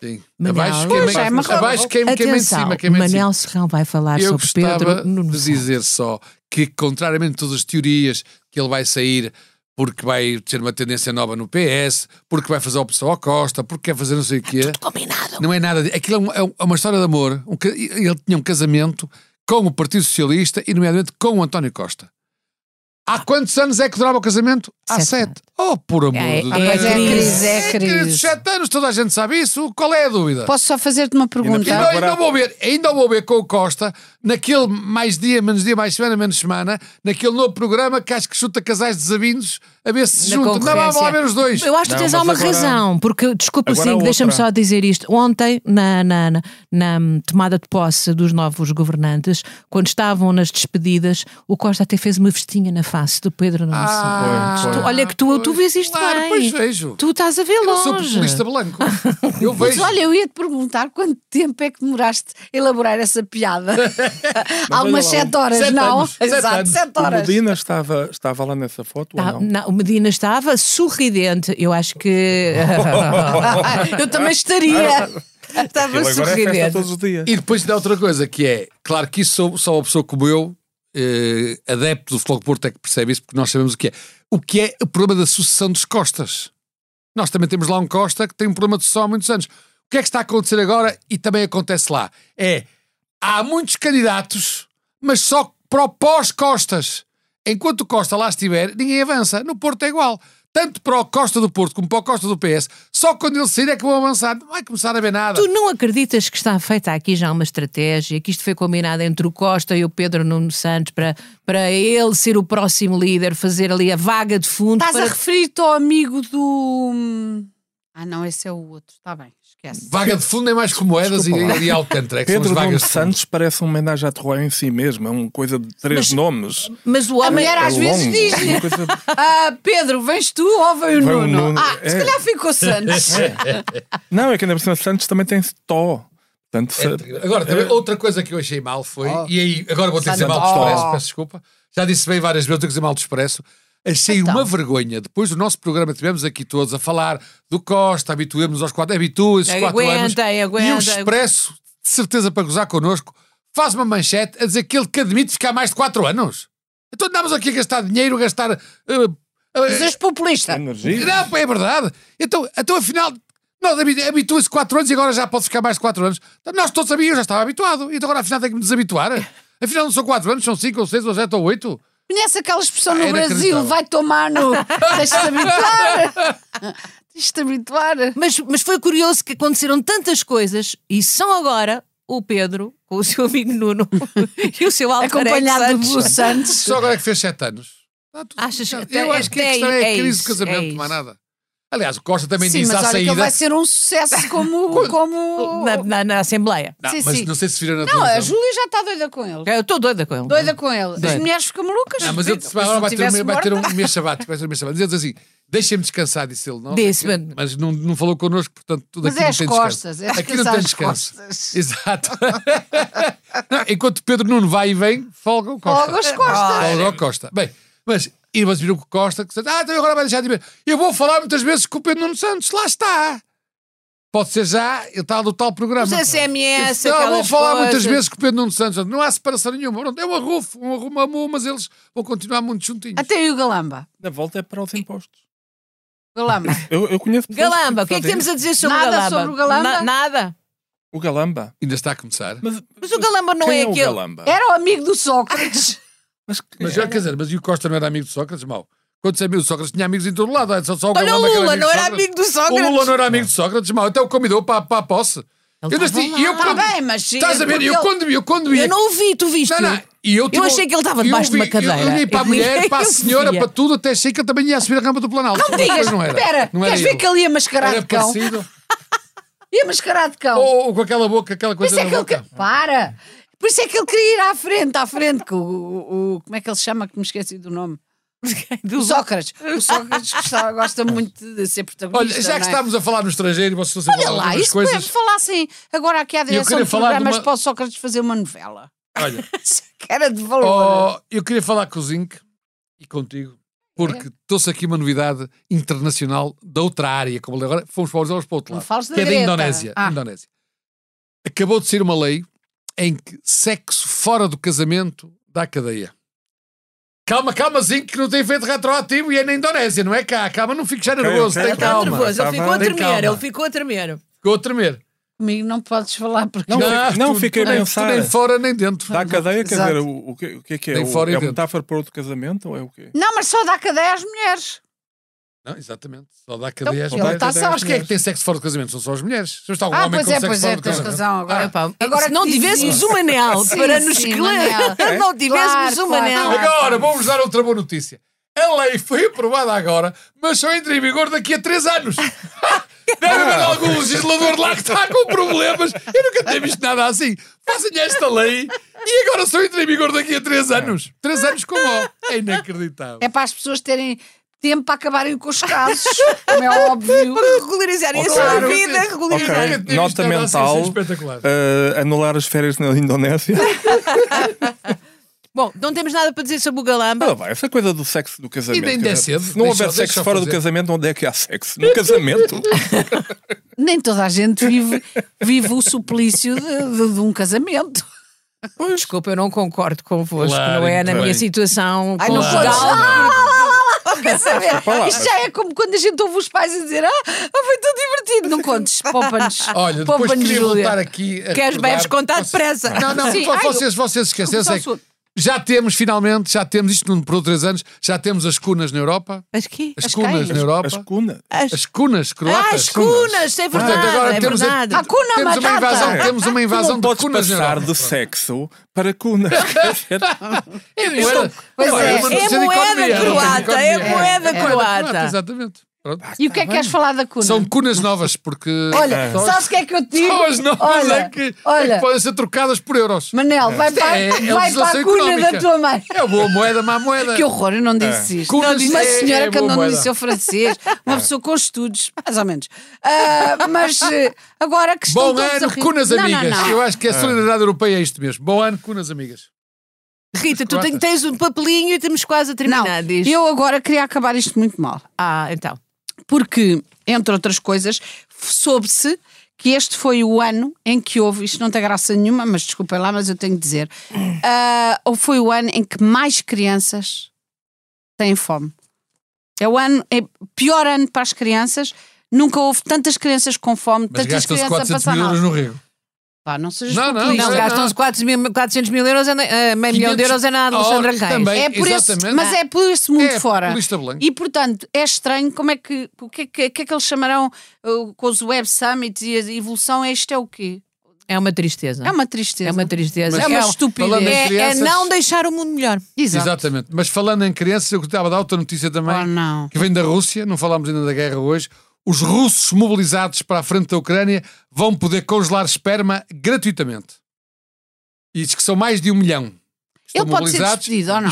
Speaker 2: Sim.
Speaker 1: Manel.
Speaker 2: Abaixo, queimem,
Speaker 4: Pois, é uma roda.
Speaker 2: abaixo, queimem, queimem um em
Speaker 1: Atenção,
Speaker 2: cima. Queimem em cima.
Speaker 1: Manel Serrão vai falar
Speaker 2: Eu
Speaker 1: sobre Pedro
Speaker 2: gostava
Speaker 1: Nuno
Speaker 2: de
Speaker 1: Santos.
Speaker 2: dizer só que, contrariamente a todas as teorias, que ele vai sair porque vai ter uma tendência nova no PS, porque vai fazer opção à Costa, porque quer fazer não sei o quê.
Speaker 1: Combinado.
Speaker 2: Não é nada. de- Aquilo é um- é um- é uma história de amor. Um ca- ele tinha um casamento com o Partido Socialista e, nomeadamente, com o António Costa. Há quantos anos é que durava o casamento? Há
Speaker 1: Sete
Speaker 2: sete. Oh, por amor
Speaker 1: É,
Speaker 2: de
Speaker 1: é
Speaker 2: Deus.
Speaker 1: crise,
Speaker 4: é
Speaker 2: Sim,
Speaker 4: crise.
Speaker 2: queridos, Sete anos, toda a gente sabe isso. Qual é a dúvida?
Speaker 4: Posso só fazer-te
Speaker 2: E
Speaker 4: uma
Speaker 2: não,
Speaker 4: pergunta?
Speaker 5: Agora-
Speaker 2: ainda, vou ver, ainda vou ver com o Costa, naquele mais dia, menos dia, mais semana, menos semana, naquele novo programa que acho que chuta casais desavindos a ver se se
Speaker 1: Na
Speaker 2: juntam. Não, vamos lá ver os dois.
Speaker 1: Eu acho que
Speaker 5: Não,
Speaker 1: tens
Speaker 5: mas
Speaker 1: alguma
Speaker 5: agora-
Speaker 1: razão, porque, desculpa,
Speaker 5: agora há
Speaker 1: sim, deixa-me
Speaker 5: outra.
Speaker 1: só dizer isto. Ontem, na, na, na, na tomada de posse dos novos governantes, quando estavam nas despedidas, o Costa até fez uma vestinha na face do Pedro
Speaker 2: Ah,
Speaker 1: Nuno Santos.
Speaker 5: foi.
Speaker 1: Tu- Olha que tu, tu vês isto
Speaker 2: claro,
Speaker 1: bem.
Speaker 2: Ah, Pois vejo.
Speaker 1: Tu estás a ver
Speaker 2: Eu não sou
Speaker 1: longe.
Speaker 2: populista branco. Eu
Speaker 4: Mas
Speaker 2: vejo.
Speaker 4: olha, eu ia-te perguntar quanto tempo é que demoraste a elaborar essa piada. Há umas
Speaker 5: olha lá, um-
Speaker 4: sete horas,
Speaker 2: sete
Speaker 4: não?
Speaker 2: anos, sete
Speaker 4: Exato,
Speaker 2: anos.
Speaker 4: sete
Speaker 5: O
Speaker 4: horas.
Speaker 5: Medina estava, estava lá nessa foto
Speaker 1: Tá-
Speaker 5: ou não?
Speaker 1: não, o Medina estava sorridente. Eu acho que. eu também estaria. Estava
Speaker 5: Aquilo agora é festa
Speaker 1: sorridente.
Speaker 5: todos os dias.
Speaker 2: E depois dá outra coisa que é, claro que isso só, só uma pessoa como eu, eh, adepto do Futebol do Porto, é que percebe isso, porque nós sabemos o que é. O que é o problema da sucessão dos Costas. Nós também temos lá um Costa que tem um problema de sucessão há muitos anos. O que é que está a acontecer agora e também acontece lá? É, há muitos candidatos, mas só para o pós-Costas. Enquanto o Costa lá estiver, ninguém avança. No Porto é igual. Tanto para o Costa do Porto como para o Costa do PS, só quando ele sair é que vão avançar. Não vai começar a ver nada.
Speaker 1: Tu não acreditas que está feita aqui já uma estratégia, que isto foi combinado entre o Costa e o Pedro Nuno Santos para, para ele ser o próximo líder, fazer ali a vaga de fundo?
Speaker 4: Estás
Speaker 1: para...
Speaker 4: a referir-te ao amigo do. Ah, não, esse é o outro. Está bem, esquece.
Speaker 2: Vaga de fundo é mais com moedas e, e Alcântara, é que são as
Speaker 5: Pedro Nuno
Speaker 2: vagas de fundo.
Speaker 5: Santos parece uma homenagem à Troia em si mesmo, é uma coisa de três nomes.
Speaker 1: Mas o
Speaker 4: A
Speaker 1: homem.
Speaker 4: mulher
Speaker 5: É
Speaker 4: às vezes
Speaker 5: longo, é
Speaker 4: diz-lhe:
Speaker 5: uma coisa-
Speaker 4: "Ah, Pedro, vens tu ou vem o
Speaker 5: Vem o
Speaker 4: Nuno?
Speaker 5: Nuno,
Speaker 4: Ah, se
Speaker 5: é.
Speaker 4: calhar ficou Santos.
Speaker 5: Não, é que ainda por cima Santos também tem Tó. Portanto, se-
Speaker 2: Agora,
Speaker 5: Eh,
Speaker 2: também, outra coisa que eu achei mal foi,
Speaker 5: Ah.
Speaker 2: e aí, agora vou ter que dizer mal do
Speaker 4: Santo.
Speaker 2: expresso, peço desculpa, já disse bem várias vezes, vou ter que dizer mal do expresso, achei uma vergonha, depois do nosso programa tivemos aqui todos a falar do Costa, habituemos aos quatro, habituem-se aos quatro anos,
Speaker 1: Aguentem, aguentem.
Speaker 2: e o expresso, de certeza para gozar connosco, faz uma manchete a dizer que ele que admite ficar mais de quatro anos. Então andámos aqui a gastar dinheiro, a gastar... eh, eh,
Speaker 4: Mas és populista.
Speaker 5: energia.
Speaker 2: Não, pá, é verdade. Então, então afinal, nós habi- habitua-se 4 anos e agora já pode ficar mais de 4 anos. Então, Nós todos sabíamos, eu já estava habituado. Então agora afinal tenho que me desabituar. Afinal não são 4 anos, são 5 ou 6 ou 7 ou 8.
Speaker 4: Conhece aquelas
Speaker 2: Ah,
Speaker 4: pessoas no
Speaker 2: era
Speaker 4: Brasil,
Speaker 2: acreditável.
Speaker 4: vai tomar no. Deixa-te habituar. Deixa-te habituar.
Speaker 1: Mas, mas foi curioso que aconteceram tantas coisas e só agora o Pedro, com o seu amigo Nuno e o seu Alcarex
Speaker 4: Acompanhado
Speaker 1: Santos,
Speaker 4: do Santos.
Speaker 2: Só agora é que fez 7 anos. Está tudo
Speaker 1: Achas
Speaker 2: explicado.
Speaker 1: que-
Speaker 2: Eu acho que a
Speaker 1: até
Speaker 2: questão
Speaker 1: aí-
Speaker 2: é,
Speaker 1: é
Speaker 2: a crise
Speaker 1: isso,
Speaker 2: do casamento,
Speaker 1: é
Speaker 2: não há
Speaker 1: isso.
Speaker 2: nada. Aliás, o Costa também
Speaker 4: Sim,
Speaker 2: disse
Speaker 4: mas
Speaker 2: à
Speaker 4: olha que
Speaker 2: saída.
Speaker 4: ele vai ser um sucesso como. como...
Speaker 1: na, na, na Assembleia.
Speaker 2: Não,
Speaker 4: Sim,
Speaker 2: mas
Speaker 4: sim.
Speaker 2: não sei se viram na
Speaker 4: Não, a
Speaker 2: televisão.
Speaker 4: Júlia já está doida com ele.
Speaker 1: Eu estou doida com ele.
Speaker 4: Doida com ele. As
Speaker 1: Doida.
Speaker 4: mulheres ficam malucas.
Speaker 2: Não, mas ele
Speaker 4: Se
Speaker 2: disse, agora vai ter, um,
Speaker 4: tivesse
Speaker 2: mês- vai ter um
Speaker 4: morta-
Speaker 2: mês sabático, vai ter um mês sabático. Diz assim, deixem-me descansar, disse ele. Não,
Speaker 1: Disse, mas-
Speaker 2: mas não, não falou connosco, portanto tudo
Speaker 4: Mas
Speaker 2: aqui
Speaker 4: é
Speaker 2: não
Speaker 4: as
Speaker 2: tem
Speaker 4: costas, é
Speaker 2: descanso. aqui não
Speaker 4: descansar
Speaker 2: tem
Speaker 4: as
Speaker 2: descanso.
Speaker 4: costas.
Speaker 2: Exato. Não, enquanto Pedro Nuno vai e vem, folga o Costa.
Speaker 4: Folga as costas.
Speaker 2: Folga o Costa. Bem, mas e vocês viram que o Costa, que, ah, então agora vai deixar de ver. Eu vou falar muitas vezes com o Pedro Nuno Santos, lá está. Pode ser já, ele está no tal programa.
Speaker 1: Os
Speaker 4: é
Speaker 1: SMS,
Speaker 2: Não, vou
Speaker 1: aquelas
Speaker 2: falar
Speaker 1: coisas.
Speaker 2: muitas vezes com o Pedro Nuno Santos. Não há separação nenhuma. Pronto, é um arrufo, um arrumo, um arrumo, mas eles vão continuar muito juntinhos.
Speaker 4: Até aí o Galamba.
Speaker 5: Na volta é para os impostos.
Speaker 4: Galamba.
Speaker 5: Eu, eu conheço pessoas
Speaker 1: Galamba, o que é que
Speaker 5: fazem
Speaker 1: temos a dizer sobre
Speaker 4: Nada
Speaker 1: o Galamba?
Speaker 4: sobre o Galamba?
Speaker 1: Na- nada.
Speaker 5: isso. O Galamba.
Speaker 2: Ainda está a começar.
Speaker 5: Mas,
Speaker 1: Mas o Galamba não
Speaker 5: quem
Speaker 1: é
Speaker 5: é o
Speaker 1: aquele.
Speaker 5: Galamba?
Speaker 4: Era o amigo do Sócrates.
Speaker 5: Mas, que-
Speaker 2: Mas, quer dizer, mas e o Costa não era amigo de Sócrates, mal? Quando é amigo de Sócrates, tinha amigos em todo lado. Era Só, só
Speaker 1: Olha, o
Speaker 2: Galamba que
Speaker 1: Lula não
Speaker 2: de
Speaker 1: era
Speaker 2: Sócrates.
Speaker 1: amigo do
Speaker 2: O Lula
Speaker 1: Sócrates.
Speaker 2: não era amigo de Sócrates, mal. Até o convidou para, para a posse. Eu,
Speaker 1: tava
Speaker 2: disse,
Speaker 1: lá.
Speaker 2: e eu
Speaker 4: Está
Speaker 2: quando-
Speaker 4: Tá bem, mas.
Speaker 2: Tá Estás a ver?
Speaker 4: porque
Speaker 2: Eu
Speaker 4: ele-
Speaker 2: quando vi, eu quando vi.
Speaker 1: Eu não o vi, tu viste.
Speaker 2: Não, não, e eu, tive-
Speaker 1: Eu achei que ele estava debaixo de uma
Speaker 2: eu vi- eu- Eu
Speaker 1: cadeira.
Speaker 2: olhei para a
Speaker 1: Eu
Speaker 2: mulher, para a
Speaker 1: via.
Speaker 2: senhora, para tudo, até achei que ele também ia subir a rampa do Planalto.
Speaker 4: Não
Speaker 2: Mas
Speaker 4: digas.
Speaker 2: não era.
Speaker 4: Espera,
Speaker 2: não
Speaker 4: queres
Speaker 2: era
Speaker 4: ver
Speaker 2: ele.
Speaker 4: que ele ia mascarado
Speaker 2: Era
Speaker 4: de cão?
Speaker 2: parecido.
Speaker 4: Ia mascarado de cão.
Speaker 2: Ou, ou com aquela boca, aquela
Speaker 4: Por
Speaker 2: coisa
Speaker 4: isso é
Speaker 2: na
Speaker 4: que ele.
Speaker 2: boca.
Speaker 4: que- Para! Por isso é que ele queria ir à frente, à frente, que o, o- o- Como é que ele se chama? Que me esqueci do nome. O Sócrates. O Sócrates gosta, gosta muito de ser
Speaker 2: Olha,
Speaker 4: protagonista.
Speaker 2: já que
Speaker 4: não é?
Speaker 2: estamos a falar nos estrangeiros, vocês estão a
Speaker 4: Olha
Speaker 2: falar
Speaker 4: lá,
Speaker 2: outras
Speaker 4: isso coisas...
Speaker 2: coisas.
Speaker 4: falassem assim, agora aqui à direção
Speaker 2: queria
Speaker 4: de
Speaker 2: falar de
Speaker 4: programas
Speaker 2: uma-
Speaker 4: para o Sócrates fazer uma novela.
Speaker 2: Olha,
Speaker 4: Que era de valor.
Speaker 2: Oh, eu queria falar com o Zinc e contigo,
Speaker 4: É.
Speaker 2: porque trouxe aqui uma novidade internacional da outra área, como agora fomos para os olhos para o outro
Speaker 4: Não
Speaker 2: lado,
Speaker 4: fales da
Speaker 2: que é da
Speaker 4: Greta.
Speaker 2: Indonésia,
Speaker 4: Ah.
Speaker 2: Indonésia. Acabou de sair uma lei em que sexo fora do casamento dá cadeia. Calma, calma, Zinc, que não tem efeito retroativo e é na Indonésia, não é cá. Calma, não fico já nervoso,
Speaker 5: ok,
Speaker 2: tem
Speaker 1: Ele
Speaker 4: Tá
Speaker 5: ok.
Speaker 1: estava
Speaker 2: calma.
Speaker 1: nervoso, ele
Speaker 5: Estava-
Speaker 1: ficou a
Speaker 5: Tem
Speaker 1: tremer,
Speaker 5: calma.
Speaker 1: ele ficou a tremer.
Speaker 2: Ficou a tremer.
Speaker 4: Comigo não podes falar porque
Speaker 5: Não,
Speaker 2: Ah,
Speaker 5: fi- não,
Speaker 2: tu-
Speaker 5: fiquei
Speaker 2: tu
Speaker 5: a
Speaker 2: nem-
Speaker 5: pensar.
Speaker 2: tu Nem fora nem dentro.
Speaker 5: Dá a cadeia, quer
Speaker 4: Exato.
Speaker 5: dizer, o, o que, o que é que é?
Speaker 2: Nem
Speaker 5: O-
Speaker 2: fora e
Speaker 5: é a
Speaker 2: dentro.
Speaker 5: metáfora para outro casamento ou é o quê?
Speaker 4: Não, mas só dá cadeia às mulheres.
Speaker 2: Não, exatamente. Só dá cadeia às
Speaker 5: ele
Speaker 2: mulheres.
Speaker 5: tá só
Speaker 2: Sabes
Speaker 5: às
Speaker 2: quem é que
Speaker 5: mulheres.
Speaker 2: tem sexo fora do casamento? São só as mulheres. tá, Se está algum
Speaker 4: Ah,
Speaker 2: Um homem
Speaker 4: pois
Speaker 2: com
Speaker 4: é,
Speaker 2: sexo
Speaker 4: pois
Speaker 2: fora
Speaker 4: é,
Speaker 2: do
Speaker 4: tens
Speaker 2: casamento.
Speaker 4: razão. Agora,
Speaker 1: Epá,
Speaker 4: agora
Speaker 1: se não
Speaker 4: que
Speaker 1: tivéssemos
Speaker 4: dizes-
Speaker 2: é.
Speaker 1: um anel
Speaker 4: Sim,
Speaker 1: para
Speaker 4: sim,
Speaker 1: nos
Speaker 4: um
Speaker 1: esclarecer,
Speaker 4: anel.
Speaker 1: não tivéssemos
Speaker 4: Claro,
Speaker 1: um
Speaker 4: claro,
Speaker 1: anel.
Speaker 4: claro.
Speaker 2: Agora, vou-vos dar outra boa notícia. A lei foi aprovada agora, mas só entra em vigor daqui a três anos. Deve haver algum legislador lá que está com problemas. Eu nunca tinha visto nada assim. Fazem esta lei e agora só entra em vigor daqui a três anos. Três anos com O. É inacreditável.
Speaker 4: É para as pessoas terem tempo para acabarem com os casos, como é óbvio.
Speaker 1: Para regularizarem a sua
Speaker 2: Oh, Claro.
Speaker 1: vida,
Speaker 5: Ok,
Speaker 1: regularizarem.
Speaker 2: nunca tinha visto
Speaker 5: nota
Speaker 2: nada assim,
Speaker 5: mental:
Speaker 2: isso é espetacular.
Speaker 5: eh, anular as férias na Indonésia.
Speaker 1: Bom, não temos nada para dizer sobre o Galamba.
Speaker 5: Ah, vai, essa coisa do sexo do casamento.
Speaker 2: E ainda é
Speaker 5: quer dizer,
Speaker 2: cedo,
Speaker 5: Se não
Speaker 2: deixa-
Speaker 5: houver
Speaker 2: deixa
Speaker 5: sexo fora do
Speaker 2: fazer.
Speaker 5: casamento, onde é que há sexo? No casamento.
Speaker 4: Nem toda a gente vive, vive o suplício de, de- de um casamento.
Speaker 1: Desculpa, eu não concordo convosco,
Speaker 2: Claro,
Speaker 1: não é? Na
Speaker 2: muito
Speaker 1: minha
Speaker 2: bem.
Speaker 1: situação
Speaker 4: Ai, não
Speaker 1: conjugal.
Speaker 4: podes. Ah, lá, lá, lá, lá, lá, quer saber?
Speaker 5: Para lá,
Speaker 4: Isto
Speaker 5: mas-
Speaker 4: já é como quando a gente ouve os pais a dizer: Ah, ah, foi tão divertido. Não contes, poupa-nos.
Speaker 2: Olha, depois
Speaker 4: poupa-nos,
Speaker 2: queria
Speaker 4: Júlia.
Speaker 2: voltar aqui a
Speaker 1: Queres
Speaker 2: recordar-
Speaker 1: bebes contar
Speaker 2: Vocês-
Speaker 1: depressa?
Speaker 2: Não, não,
Speaker 4: Sim,
Speaker 2: vo-
Speaker 4: ai,
Speaker 2: vocês, vocês esqueceram.
Speaker 1: um
Speaker 4: Começou
Speaker 2: é que
Speaker 4: o assunto.
Speaker 2: Já temos, finalmente, já temos isto num- por três anos, já temos as cunas na Europa.
Speaker 1: As quê?
Speaker 2: As,
Speaker 1: As
Speaker 2: cunas
Speaker 1: quem?
Speaker 2: na Europa.
Speaker 5: As cunas.
Speaker 1: As-
Speaker 2: As cunas croatas.
Speaker 1: Ah, as cunas, é verdade,
Speaker 2: Portanto, agora
Speaker 1: é
Speaker 2: temos, a-
Speaker 1: verdade.
Speaker 4: A cuna
Speaker 2: temos uma
Speaker 4: matata.
Speaker 2: invasão, Ah, temos uma
Speaker 5: Tu
Speaker 2: invasão
Speaker 5: não
Speaker 2: de
Speaker 5: podes
Speaker 2: cunas na
Speaker 5: passar
Speaker 2: Europa.
Speaker 5: de sexo para cunas.
Speaker 2: É, é,
Speaker 4: Pois é, é
Speaker 1: moeda croata, é moeda croata.
Speaker 2: Exatamente. Pronto.
Speaker 4: E o que é que queres falar da cuna?
Speaker 2: Tá São cunas novas, porque.
Speaker 4: Olha,
Speaker 2: só,
Speaker 4: sabes o que é que eu te digo?
Speaker 2: só as novas
Speaker 4: olha,
Speaker 2: é, que, é que
Speaker 4: olha,
Speaker 2: podem ser trocadas por euros.
Speaker 4: Manel, vai para,
Speaker 2: é, é
Speaker 4: vai para
Speaker 2: legislação
Speaker 4: a cuna
Speaker 2: económica.
Speaker 4: da tua mãe.
Speaker 2: É boa moeda, má moeda.
Speaker 4: Que horror, eu não disse isto.
Speaker 2: Cunas
Speaker 4: Não, disse uma
Speaker 2: é-
Speaker 4: senhora
Speaker 2: é
Speaker 4: que
Speaker 2: boa
Speaker 4: andou no
Speaker 2: moeda.
Speaker 4: liceu francês, uma pessoa com estudos, mais ou menos. Ah, mas eh, agora que estão
Speaker 2: Bom
Speaker 4: todos a
Speaker 2: ano,
Speaker 4: rir-
Speaker 2: cunas
Speaker 4: Não, não,
Speaker 2: amigas.
Speaker 4: não.
Speaker 2: Eu acho que a solidariedade europeia é isto mesmo. Bom ano, cunas amigas.
Speaker 1: Rita, tu
Speaker 2: croatas.
Speaker 1: ten- tens um papelinho e estamos quase a
Speaker 4: Não,
Speaker 1: terminar. diz.
Speaker 4: eu agora queria acabar isto muito mal.
Speaker 1: Ah, então.
Speaker 4: Porque, entre outras coisas, soube-se que este foi o ano em que houve, isto não tem graça nenhuma, mas desculpem lá, mas eu tenho que dizer, ah, ou foi o ano em que mais crianças têm fome. É o ano, é o pior ano para as crianças. Nunca houve tantas crianças com fome,
Speaker 2: Mas
Speaker 4: tantas
Speaker 2: gasta-se
Speaker 4: crianças a
Speaker 2: 400
Speaker 4: passar
Speaker 2: mil euros
Speaker 4: mal.
Speaker 2: no Rio.
Speaker 4: Pá, não sejas
Speaker 2: Não, não,
Speaker 4: populista.
Speaker 1: Não,
Speaker 2: é
Speaker 1: gastam-se
Speaker 2: nada.
Speaker 1: 400 mil, 400 mil euros, é na- eh, meio milhão de
Speaker 2: 500
Speaker 1: euros é na Alexandra
Speaker 2: Oh,
Speaker 1: Reis.
Speaker 2: também.
Speaker 4: É por esse,
Speaker 2: Exatamente.
Speaker 4: mas é por esse mundo
Speaker 2: É,
Speaker 4: fora.
Speaker 2: populista blanco.
Speaker 4: E portanto, é estranho como é que. O que é que, que é que eles chamarão uh, com os Web Summits e a evolução? é Isto é o quê?
Speaker 1: É uma tristeza.
Speaker 4: É uma tristeza.
Speaker 1: É uma tristeza.
Speaker 4: Mas
Speaker 1: é
Speaker 4: é uma
Speaker 1: um-
Speaker 4: estupidez.
Speaker 2: falando em
Speaker 1: É, é
Speaker 2: crianças-
Speaker 1: não deixar o mundo melhor.
Speaker 4: Exato.
Speaker 2: Exatamente. Mas falando em crianças, eu gostava de dar outra notícia também,
Speaker 5: é?
Speaker 4: Oh, não.
Speaker 2: que vem da Rússia, não falámos ainda da guerra hoje. Os russos mobilizados para a frente da Ucrânia vão poder congelar esperma gratuitamente. E diz que são mais de um milhão. Estão
Speaker 4: Ele pode ser
Speaker 2: mobilizados.
Speaker 4: despedido ou não?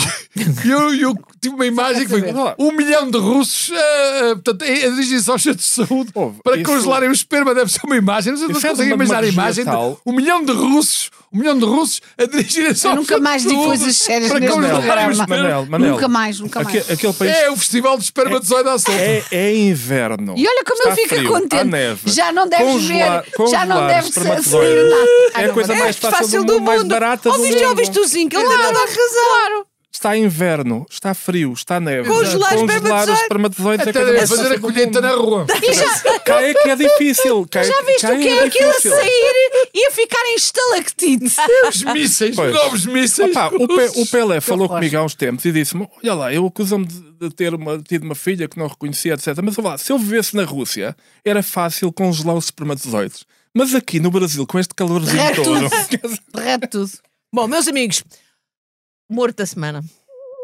Speaker 2: E eu, eu tive uma imagem que foi
Speaker 5: saber.
Speaker 2: um milhão de russos ah, ah, portanto, a a dirigir-se aos centros de saúde
Speaker 5: Houve,
Speaker 2: para
Speaker 5: isso-
Speaker 2: congelarem o esperma. Deve ser uma imagem. Não sei se
Speaker 5: Isso é
Speaker 2: vocês
Speaker 5: de
Speaker 2: conseguem
Speaker 5: uma
Speaker 2: imaginar a
Speaker 5: demagogia
Speaker 2: imagem.
Speaker 5: tal.
Speaker 2: Um milhão de russos, um milhão de russos a dirigirem-se
Speaker 4: Eu
Speaker 2: aos
Speaker 4: nunca
Speaker 2: centros
Speaker 4: mais
Speaker 2: de
Speaker 4: digo
Speaker 2: saúde
Speaker 4: coisas sérias
Speaker 2: para
Speaker 4: neste
Speaker 2: congelarem o
Speaker 4: programa.
Speaker 5: Mas,
Speaker 2: esperma.
Speaker 5: Manel, Manel.
Speaker 4: Nunca mais, nunca mais.
Speaker 5: Aque- Aquele país
Speaker 2: É o festival de espermatozoide à solta.
Speaker 5: é, é inverno.
Speaker 4: E olha como
Speaker 5: Está
Speaker 4: ele fica
Speaker 5: frio, há
Speaker 4: contente.
Speaker 5: neve.
Speaker 4: Já não deves
Speaker 5: Congelar-
Speaker 4: ver, já não
Speaker 5: congelar
Speaker 4: deve ser
Speaker 5: espermatozoides.
Speaker 4: sair nada. Ah,
Speaker 5: É a
Speaker 4: não,
Speaker 5: coisa
Speaker 4: mas-
Speaker 5: mais fácil, do, mundo, mais barata do
Speaker 1: Ouviste,
Speaker 5: mundo.
Speaker 1: já ouviste o zinco? Ele tem toda a razão.
Speaker 5: Está inverno, está frio, está neve.
Speaker 1: Congelar os
Speaker 5: Congelar os
Speaker 1: espermatozoides.
Speaker 5: espermatozoides é a
Speaker 2: Até
Speaker 5: coisa
Speaker 2: devem
Speaker 5: mais
Speaker 2: fazer
Speaker 5: fácil
Speaker 2: a
Speaker 5: do
Speaker 2: colheita
Speaker 5: mundo.
Speaker 2: na rua.
Speaker 5: Cá é que é difícil. Cá é-
Speaker 4: Já viste
Speaker 5: cá
Speaker 4: o que é aquilo a sair e a ficar em estalactite?
Speaker 2: Os mísseis,
Speaker 5: Pois.
Speaker 2: novos mísseis.
Speaker 5: Opa, o, Pe- o Pelé falou
Speaker 4: horror.
Speaker 5: comigo há uns tempos e disse-me: Olha lá, eu acuso-me de, de ter uma, tido uma filha que não reconhecia, etc. Mas olha lá, se eu vivesse na Rússia, era fácil congelar os espermatozoides. Mas aqui no Brasil, com este calorzinho
Speaker 4: Derrete
Speaker 5: todo.
Speaker 4: é Derrete tudo.
Speaker 1: Bom, meus amigos, morto da semana.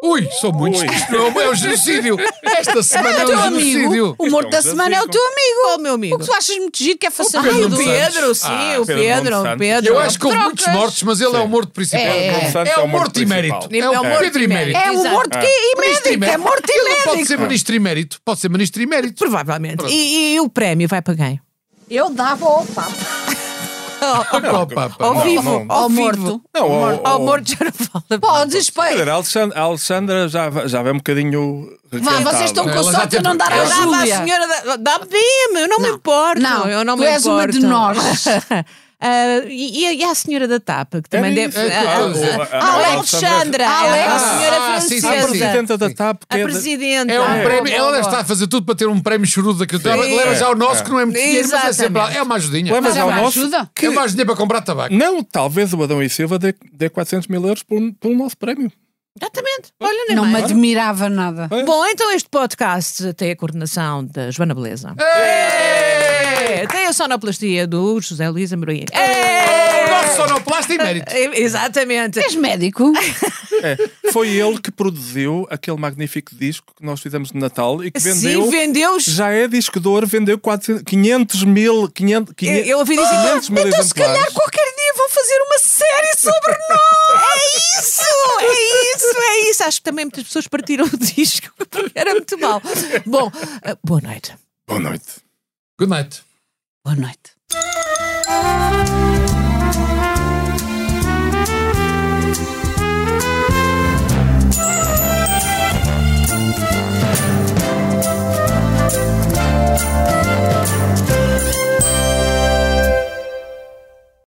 Speaker 2: Ui, são muitos.
Speaker 5: Ui.
Speaker 2: Isto não é um genocídio. Esta semana é
Speaker 4: teu
Speaker 2: um genocídio.
Speaker 4: amigo, o morto
Speaker 5: Isto
Speaker 4: da
Speaker 5: é um
Speaker 4: semana é o
Speaker 5: desafio.
Speaker 4: teu amigo.
Speaker 1: Qual, meu amigo?
Speaker 4: O que tu achas muito giro que é fazer
Speaker 1: Ah,
Speaker 2: Pedro
Speaker 1: o
Speaker 2: Nuno
Speaker 1: Pedro,
Speaker 2: Santos.
Speaker 1: sim,
Speaker 5: Ah,
Speaker 1: o
Speaker 5: Pedro
Speaker 1: Pedro,
Speaker 5: Nuno
Speaker 1: o
Speaker 5: Santos.
Speaker 1: Pedro.
Speaker 2: Eu acho que houve
Speaker 4: Trocas.
Speaker 2: muitos mortos, mas ele é o morto principal.
Speaker 4: É, é.
Speaker 5: Santos
Speaker 2: É o morto emérito.
Speaker 5: principal.
Speaker 1: É o morto
Speaker 2: Pedro emérito.
Speaker 1: emérito.
Speaker 4: É um
Speaker 1: Exato.
Speaker 4: morto que é imédito, é morto
Speaker 2: Ele não pode
Speaker 4: imédito.
Speaker 2: ser ministro emérito. Pode ser ministro emérito.
Speaker 1: Provavelmente. E, e o prémio vai para quem?
Speaker 4: Eu dava ao papo.
Speaker 2: Oh, pá, pá.
Speaker 1: Ao vivo,
Speaker 5: não,
Speaker 1: ao,
Speaker 4: Ao
Speaker 1: vivo.
Speaker 4: morto.
Speaker 5: ah, Não, o-
Speaker 1: Ao
Speaker 5: o-
Speaker 1: morto já não fala.
Speaker 4: Podes,
Speaker 5: Quer dizer,
Speaker 4: pai.
Speaker 5: a Alexandra, a Alexandra já, va- já vai um bocadinho.
Speaker 4: Vá,
Speaker 5: requentada.
Speaker 4: vocês estão com
Speaker 2: Ela já
Speaker 4: sorte
Speaker 2: tem-
Speaker 4: a não dar à
Speaker 1: Eu dava à
Speaker 4: Júlia.
Speaker 1: senhora. da- Dá-me, eu não, me importo.
Speaker 4: Não,
Speaker 1: eu não
Speaker 4: tu
Speaker 1: me
Speaker 4: és uma
Speaker 1: importo.
Speaker 4: de nós.
Speaker 1: Ah, e, e a senhora da TAP, que também deve.
Speaker 2: é,
Speaker 1: Ah,
Speaker 2: claro.
Speaker 1: ah, ah,
Speaker 5: Ah,
Speaker 1: Alexandra!
Speaker 4: Alexandra.
Speaker 1: é a senhora
Speaker 2: Ah, sim, sim,
Speaker 5: A
Speaker 2: sim.
Speaker 1: francesa.
Speaker 5: presidenta da TAP, que
Speaker 1: A
Speaker 5: é da-
Speaker 1: presidente.
Speaker 2: É um
Speaker 1: Ah,
Speaker 2: prémio.
Speaker 1: boa,
Speaker 2: Ela deve
Speaker 1: boa.
Speaker 2: estar a fazer tudo para ter um prémio chorudo daquilo. Ela
Speaker 1: Sim.
Speaker 2: leva já o nosso,
Speaker 5: É.
Speaker 2: que não é muito dinheiro, mas é sempre.
Speaker 1: Exatamente.
Speaker 2: É mais ajudinha.
Speaker 5: Levas
Speaker 4: Mas é
Speaker 5: ao
Speaker 4: uma
Speaker 5: nosso.
Speaker 4: ajuda.
Speaker 2: É mais dinheiro para comprar tabaco.
Speaker 5: Não, talvez o Adão e Silva dê, dê 400 mil euros por, um- por um nosso prémio.
Speaker 1: Exatamente. Olha, nem
Speaker 4: Não me
Speaker 1: mais.
Speaker 4: admirava nada.
Speaker 1: Bom, então este podcast tem a coordenação da Joana Beleza. É, Tem a sonoplastia do José Luís Amorim. É,
Speaker 2: O nosso sonoplasta e mérito.
Speaker 1: é, Exatamente.
Speaker 4: És médico?
Speaker 5: É, Foi ele que produziu aquele magnífico disco que nós fizemos no Natal e que vendeu.
Speaker 1: Sim, vendeu.
Speaker 5: Já é disco de ouro, vendeu 400, 500 mil. 500,
Speaker 1: Eu, eu ouvi dizer.
Speaker 5: 500 mil
Speaker 1: então, se
Speaker 5: exemplares.
Speaker 1: calhar, qualquer dia vou fazer uma série sobre nós. É isso! É isso! É isso! Acho que também muitas pessoas partiram o disco porque era muito mal. Bom, eh, boa noite.
Speaker 5: Boa noite.
Speaker 2: Good night.
Speaker 4: Boa noite.